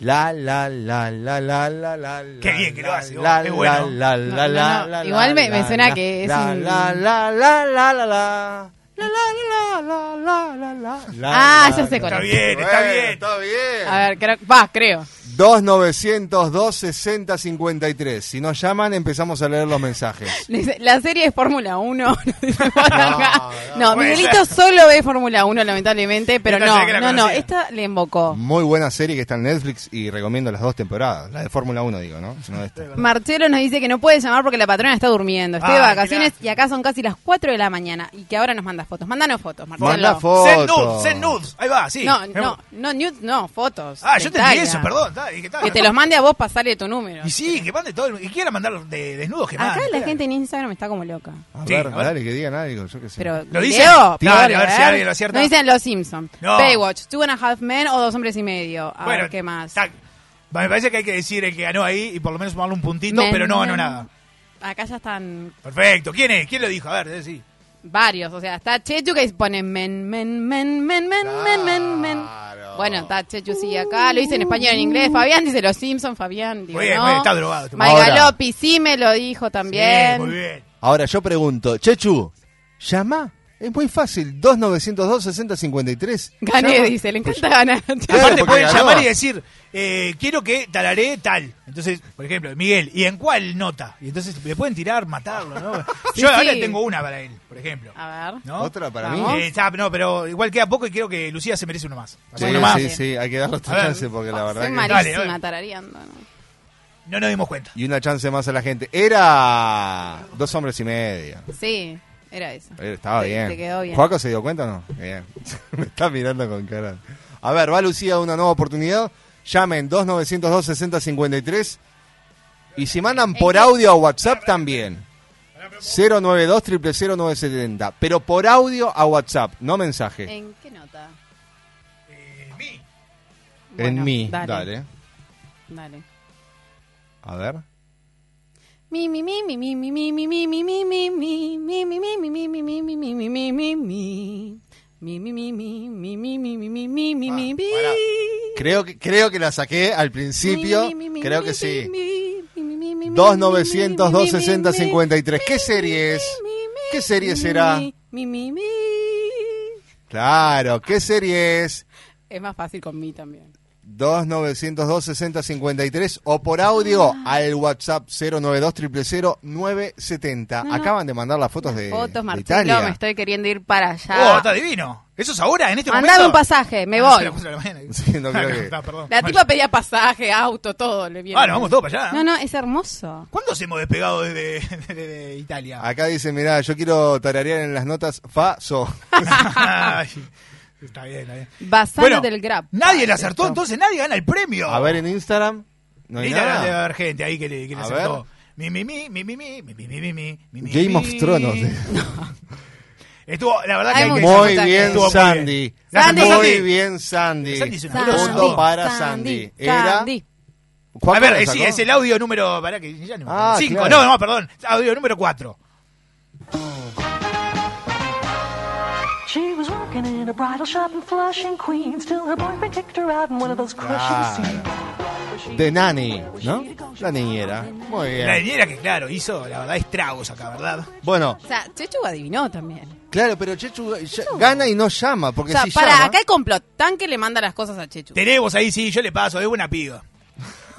La la la la la la la Qué la, bien que lo la, hace, vos, la, qué bueno. la, la, No, la, no, la, no, la, Igual me, la, me suena la, que es la, un- la, la, la, la, la, la. Ah, ya sé cuál Está es. bien, está Bueno, bien. está A ver, creo, va, creo. 2902 60 53. Si nos llaman, empezamos a leer los mensajes. Dice, La serie es Fórmula 1. no, Puede Miguelito solo ve Fórmula 1, lamentablemente, pero Esta no, sé que la no, no, conocía. Mm. esta le invocó. Muy buena serie que está en Netflix y recomiendo las dos temporadas. La de Fórmula 1, digo, ¿no? No esta. Marcelo nos dice que no puede llamar porque la patrona está durmiendo, está de Ay, vacaciones y acá son casi las 4 de la mañana y que ahora nos manda fotos. Mándanos fotos, Marcelo. Manda Send fotos. nudes, send nudes. Ahí va, sí. Eh, No, no, no, nudes, no, fotos. Ah, yo De entendí Italia. eso, perdón. está, y que está, Que te no. los mande a vos, pasarle tu número. Y sí, que mande todo. el- Y quiera mandar de, desnudos, que Acá mande. la gente en Instagram está como loca. A Sí, ver, a ver. dale, que digan algo, yo qué sé. Pero, ¿Lo dice? Leo, Dale, peor, a ver si ¿verdad? alguien lo acierta. No dicen Los Simpsons. No. Baywatch, Two and a Half Men o Dos Hombres y Medio. A Bueno, ver qué más. Va, Me parece que hay que decir el que ganó ahí y por lo menos sumarle un puntito, Men, pero no ganó men. nada. Acá ya están Perfecto. ¿Quién es? ¿Quién lo dijo? A ver, sí. varios. O sea, está Chechu que pone men, men, men, men, men, men, men, men. Bueno, está Chechu sí acá. Lo dice en español, en inglés. Fabián dice Los Simpsons. Fabián, digo, Muy bien, no. muy bien, está drogado. este Maiga Ahora. Lopi sí me lo dijo también. muy bien. Ahora yo pregunto, Chechu, ¿llama? Es muy fácil, 2902 60 53. Gané, Llama. dice. Le Pues encanta ganar. Aparte porque pueden ganó. llamar y decir, eh, quiero que talaré tal. Entonces, por ejemplo, Miguel, ¿y en cuál nota? Y entonces le pueden tirar, matarlo, ¿no? Sí, Yo ahora sí. tengo una para él, por ejemplo. A ver. ¿no? ¿Otra para Vamos. mí? Eh, está, no, pero igual queda poco y creo que Lucía se merece uno más. Así, Sí, uno más. sí, sí, hay que darle otra A ver. chance porque la verdad Soy que... Dale, malísima dale. tarareando. ¿no? No nos dimos cuenta. Y una chance más a la gente. Era dos hombres y medio. Sí, era eso. Eh, Estaba Te- bien. te quedó bien. ¿Juaco se dio cuenta o no? Bien. Me está mirando con cara. A ver, va Lucía a una nueva oportunidad. Llamen 2902 6053. Y si mandan por audio a WhatsApp también. 092 000970. Pero por audio a WhatsApp, no mensaje. ¿En qué nota? en mí. dale. Dale. Dale. A ver. Mi, mi, mi, mi, mi, mi, mi, mi, mi, mi, mi, mi, mi, mi, mi, mi, mi, mi, mi, mi, mi, mi, mi, mi, mi. Mi, mi, mi, mi, mi, mi, mi, mi, mi, mi, mi, mi, mi. Creo que, creo que la saqué al principio. Mi, mi, mi, mi, creo mi, que sí. mi, mi, mi, mi, mi, 2900 mi, mi, mi, mi, 260 mi, 53. ¿Qué serie es? ¿Qué serie mi, será? mi, mi, mi, mi. Claro, ¿qué serie es? Es más fácil con mí también. 2902-6053 o por audio al WhatsApp 092 970 No, no. Acaban de mandar las fotos de, de Fotos, Marcelo, me Italia. estoy queriendo ir para allá. ¡Oh, está divino! Eso es ahora, en este Mandame momento. un pasaje, me Ah, voy. son las cuatro de la mañana. Sí, no creo que- Está, perdón. La tipa pedía pasaje, auto, todo. Le viene. Ah, nos vamos todos para allá. No, no, es hermoso. ¿Cuándo nos hemos despegado desde, desde- desde Italia? Acá dice, mirá, yo quiero tararear en las notas fa, so. Ay, está bien, está bien. Basano Bueno, del Grab. Nadie la acertó, entonces nadie gana el premio. A ver en Instagram. No hay Mira, debe nada. haber gente ahí que le, que le A acertó. Mi, mi, mi, mi, mi, mi, mi, mi, mi, mi, mi, mi, mi, Game of mi. Thrones. Estuvo, la verdad que Muy hay que bien, Estuvo muy Sandy. Gracias, Muy Sandy. bien, Sandy. Sandy es un Punto grosso. para Sandy. Era. A ¿Cuánto ver, le eh, sí, sacó? es el audio número. Pará, que ya no me acuerdo. Ah, Cinco, claro. no, no, perdón. Audio número cuatro. She was working in a bridal shop in Flushing, Queens, till her boyfriend kicked her out in one of those crushing scenes. Ah. De Nani, ¿no? La niñera. Muy bien. La niñera que, claro, hizo, la verdad, estragos acá, ¿verdad? Bueno, O sea, Chechu adivinó también. claro, pero Chechu ya- gana y no llama, porque O sea, si para, llama... acá el complot. Tanque le manda las cosas a Chechu. Tenemos ahí, sí, yo le paso, es buena piba.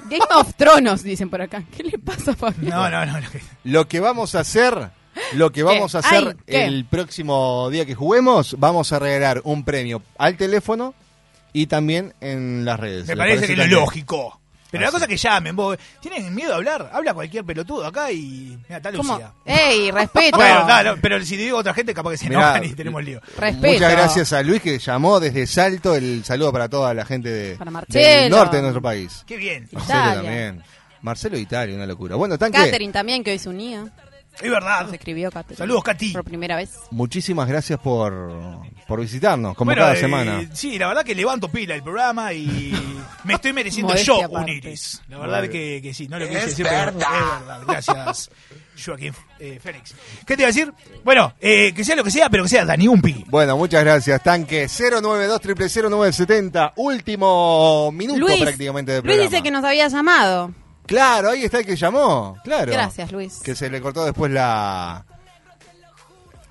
Game of Thrones, dicen por acá. ¿Qué le pasa, Fabián? No, no, no. no. Lo que vamos a hacer, lo que vamos a hacer Ay, ¿qué? el próximo día que juguemos, vamos a regalar un premio al teléfono y también en las redes. Me ¿Les parece que es lo también? Ah, lógico. Pero la cosa es que llamen, vos. ¿Tienen miedo a hablar? Habla cualquier pelotudo acá y. Mira, está ¿Cómo? Lucía. ¡Ey, respeto! Bueno, está, no, pero si te digo otra gente, capaz que se Mirá, enojan y tenemos lío. Respeto. Muchas gracias a Luis que llamó desde Salto. El saludo para toda la gente de, Para del Marcelo. norte de nuestro país. Qué bien. Marcelo también. Marcelo Italia, una locura. Bueno, Tanque, Catherine también, que hoy se unía. Es verdad. Nos escribió Catherine. Saludos, Cati. Por primera vez. muchísimas gracias por, por visitarnos, como Bueno, cada eh, semana. Sí, la verdad que levanto pila el programa y me estoy mereciendo Modestia yo aparte. un iris. La verdad Vale. que, que sí, no lo Es quise decir, pero verdad. es verdad. Gracias, Joaquín eh, Félix. ¿Qué te iba a decir? Bueno, eh, que sea lo que sea, pero que sea Dani Umpi. Bueno, muchas gracias, Tanque. 092-000970, último minuto Luis, prácticamente del Luis programa. dice que nos había llamado. Claro, ahí está el que llamó. Claro. Gracias, Luis. Que se le cortó después la.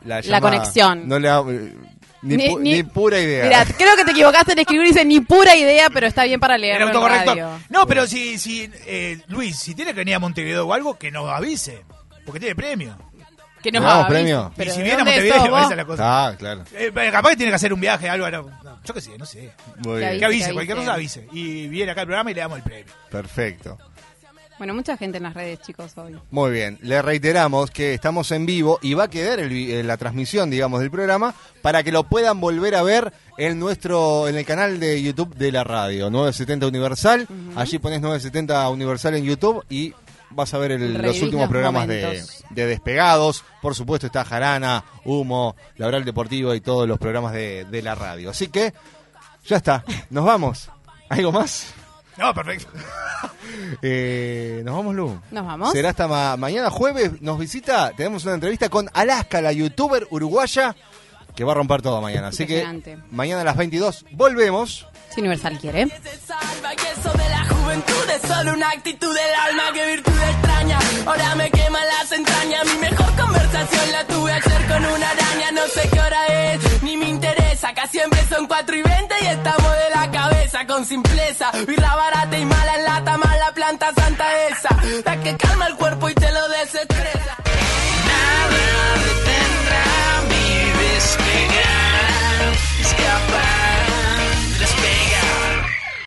La, llamada. conexión. No le ha- ni, Ni- pu- ni- ni pura idea. Mira, creo que te equivocaste en escribir, dice ni pura idea, pero está bien para leer. El autocorrector. No, pero si, si eh, Luis, si tiene que venir a Montevideo o algo, que nos avise. Porque tiene premio. Que nos ¿Le damos avise. premio? Y Pero si ¿de viene a dónde Montevideo, sos vos? esa es la cosa. Ah, claro. Eh, pero capaz que tiene que hacer un viaje, algo. no, no, yo qué sé, no sé. Muy que bien. avise, cualquier cosa avise. Y viene acá al programa y le damos el premio. Perfecto. Bueno, mucha gente en las redes, chicos, hoy. Muy bien, le reiteramos que estamos en vivo y va a quedar el vi- eh, la transmisión, digamos, del programa para que lo puedan volver a ver en nuestro en el canal de YouTube de la radio 970 Universal. Allí pones 970 Universal en YouTube y vas a ver el- los Revivís últimos los programas de, momentos. de Despegados. Por supuesto está Jarana, Humo, Laboral Deportivo y todos los programas de, de la radio. Así que ya está, nos vamos. ¿Algo más? No, perfecto. Eh, nos vamos, Lu. Nos vamos. Será hasta ma- mañana jueves. Nos visita, tenemos una entrevista con Alaska, la youtuber uruguaya, que va a romper todo mañana. Así que Impresionante. mañana a las 22 volvemos. Si Universal quiere. salva que eso de la juventud es solo una actitud del alma que virtud extraña ahora me quema las entrañas mi mejor conversación la tuve ayer con una araña no sé qué hora es ni me interesa acá siempre son 4 y 20 y estamos de la cabeza con simpleza birra barata y mala en lata mala planta santa esa la que calma el cuerpo y te lo desestresa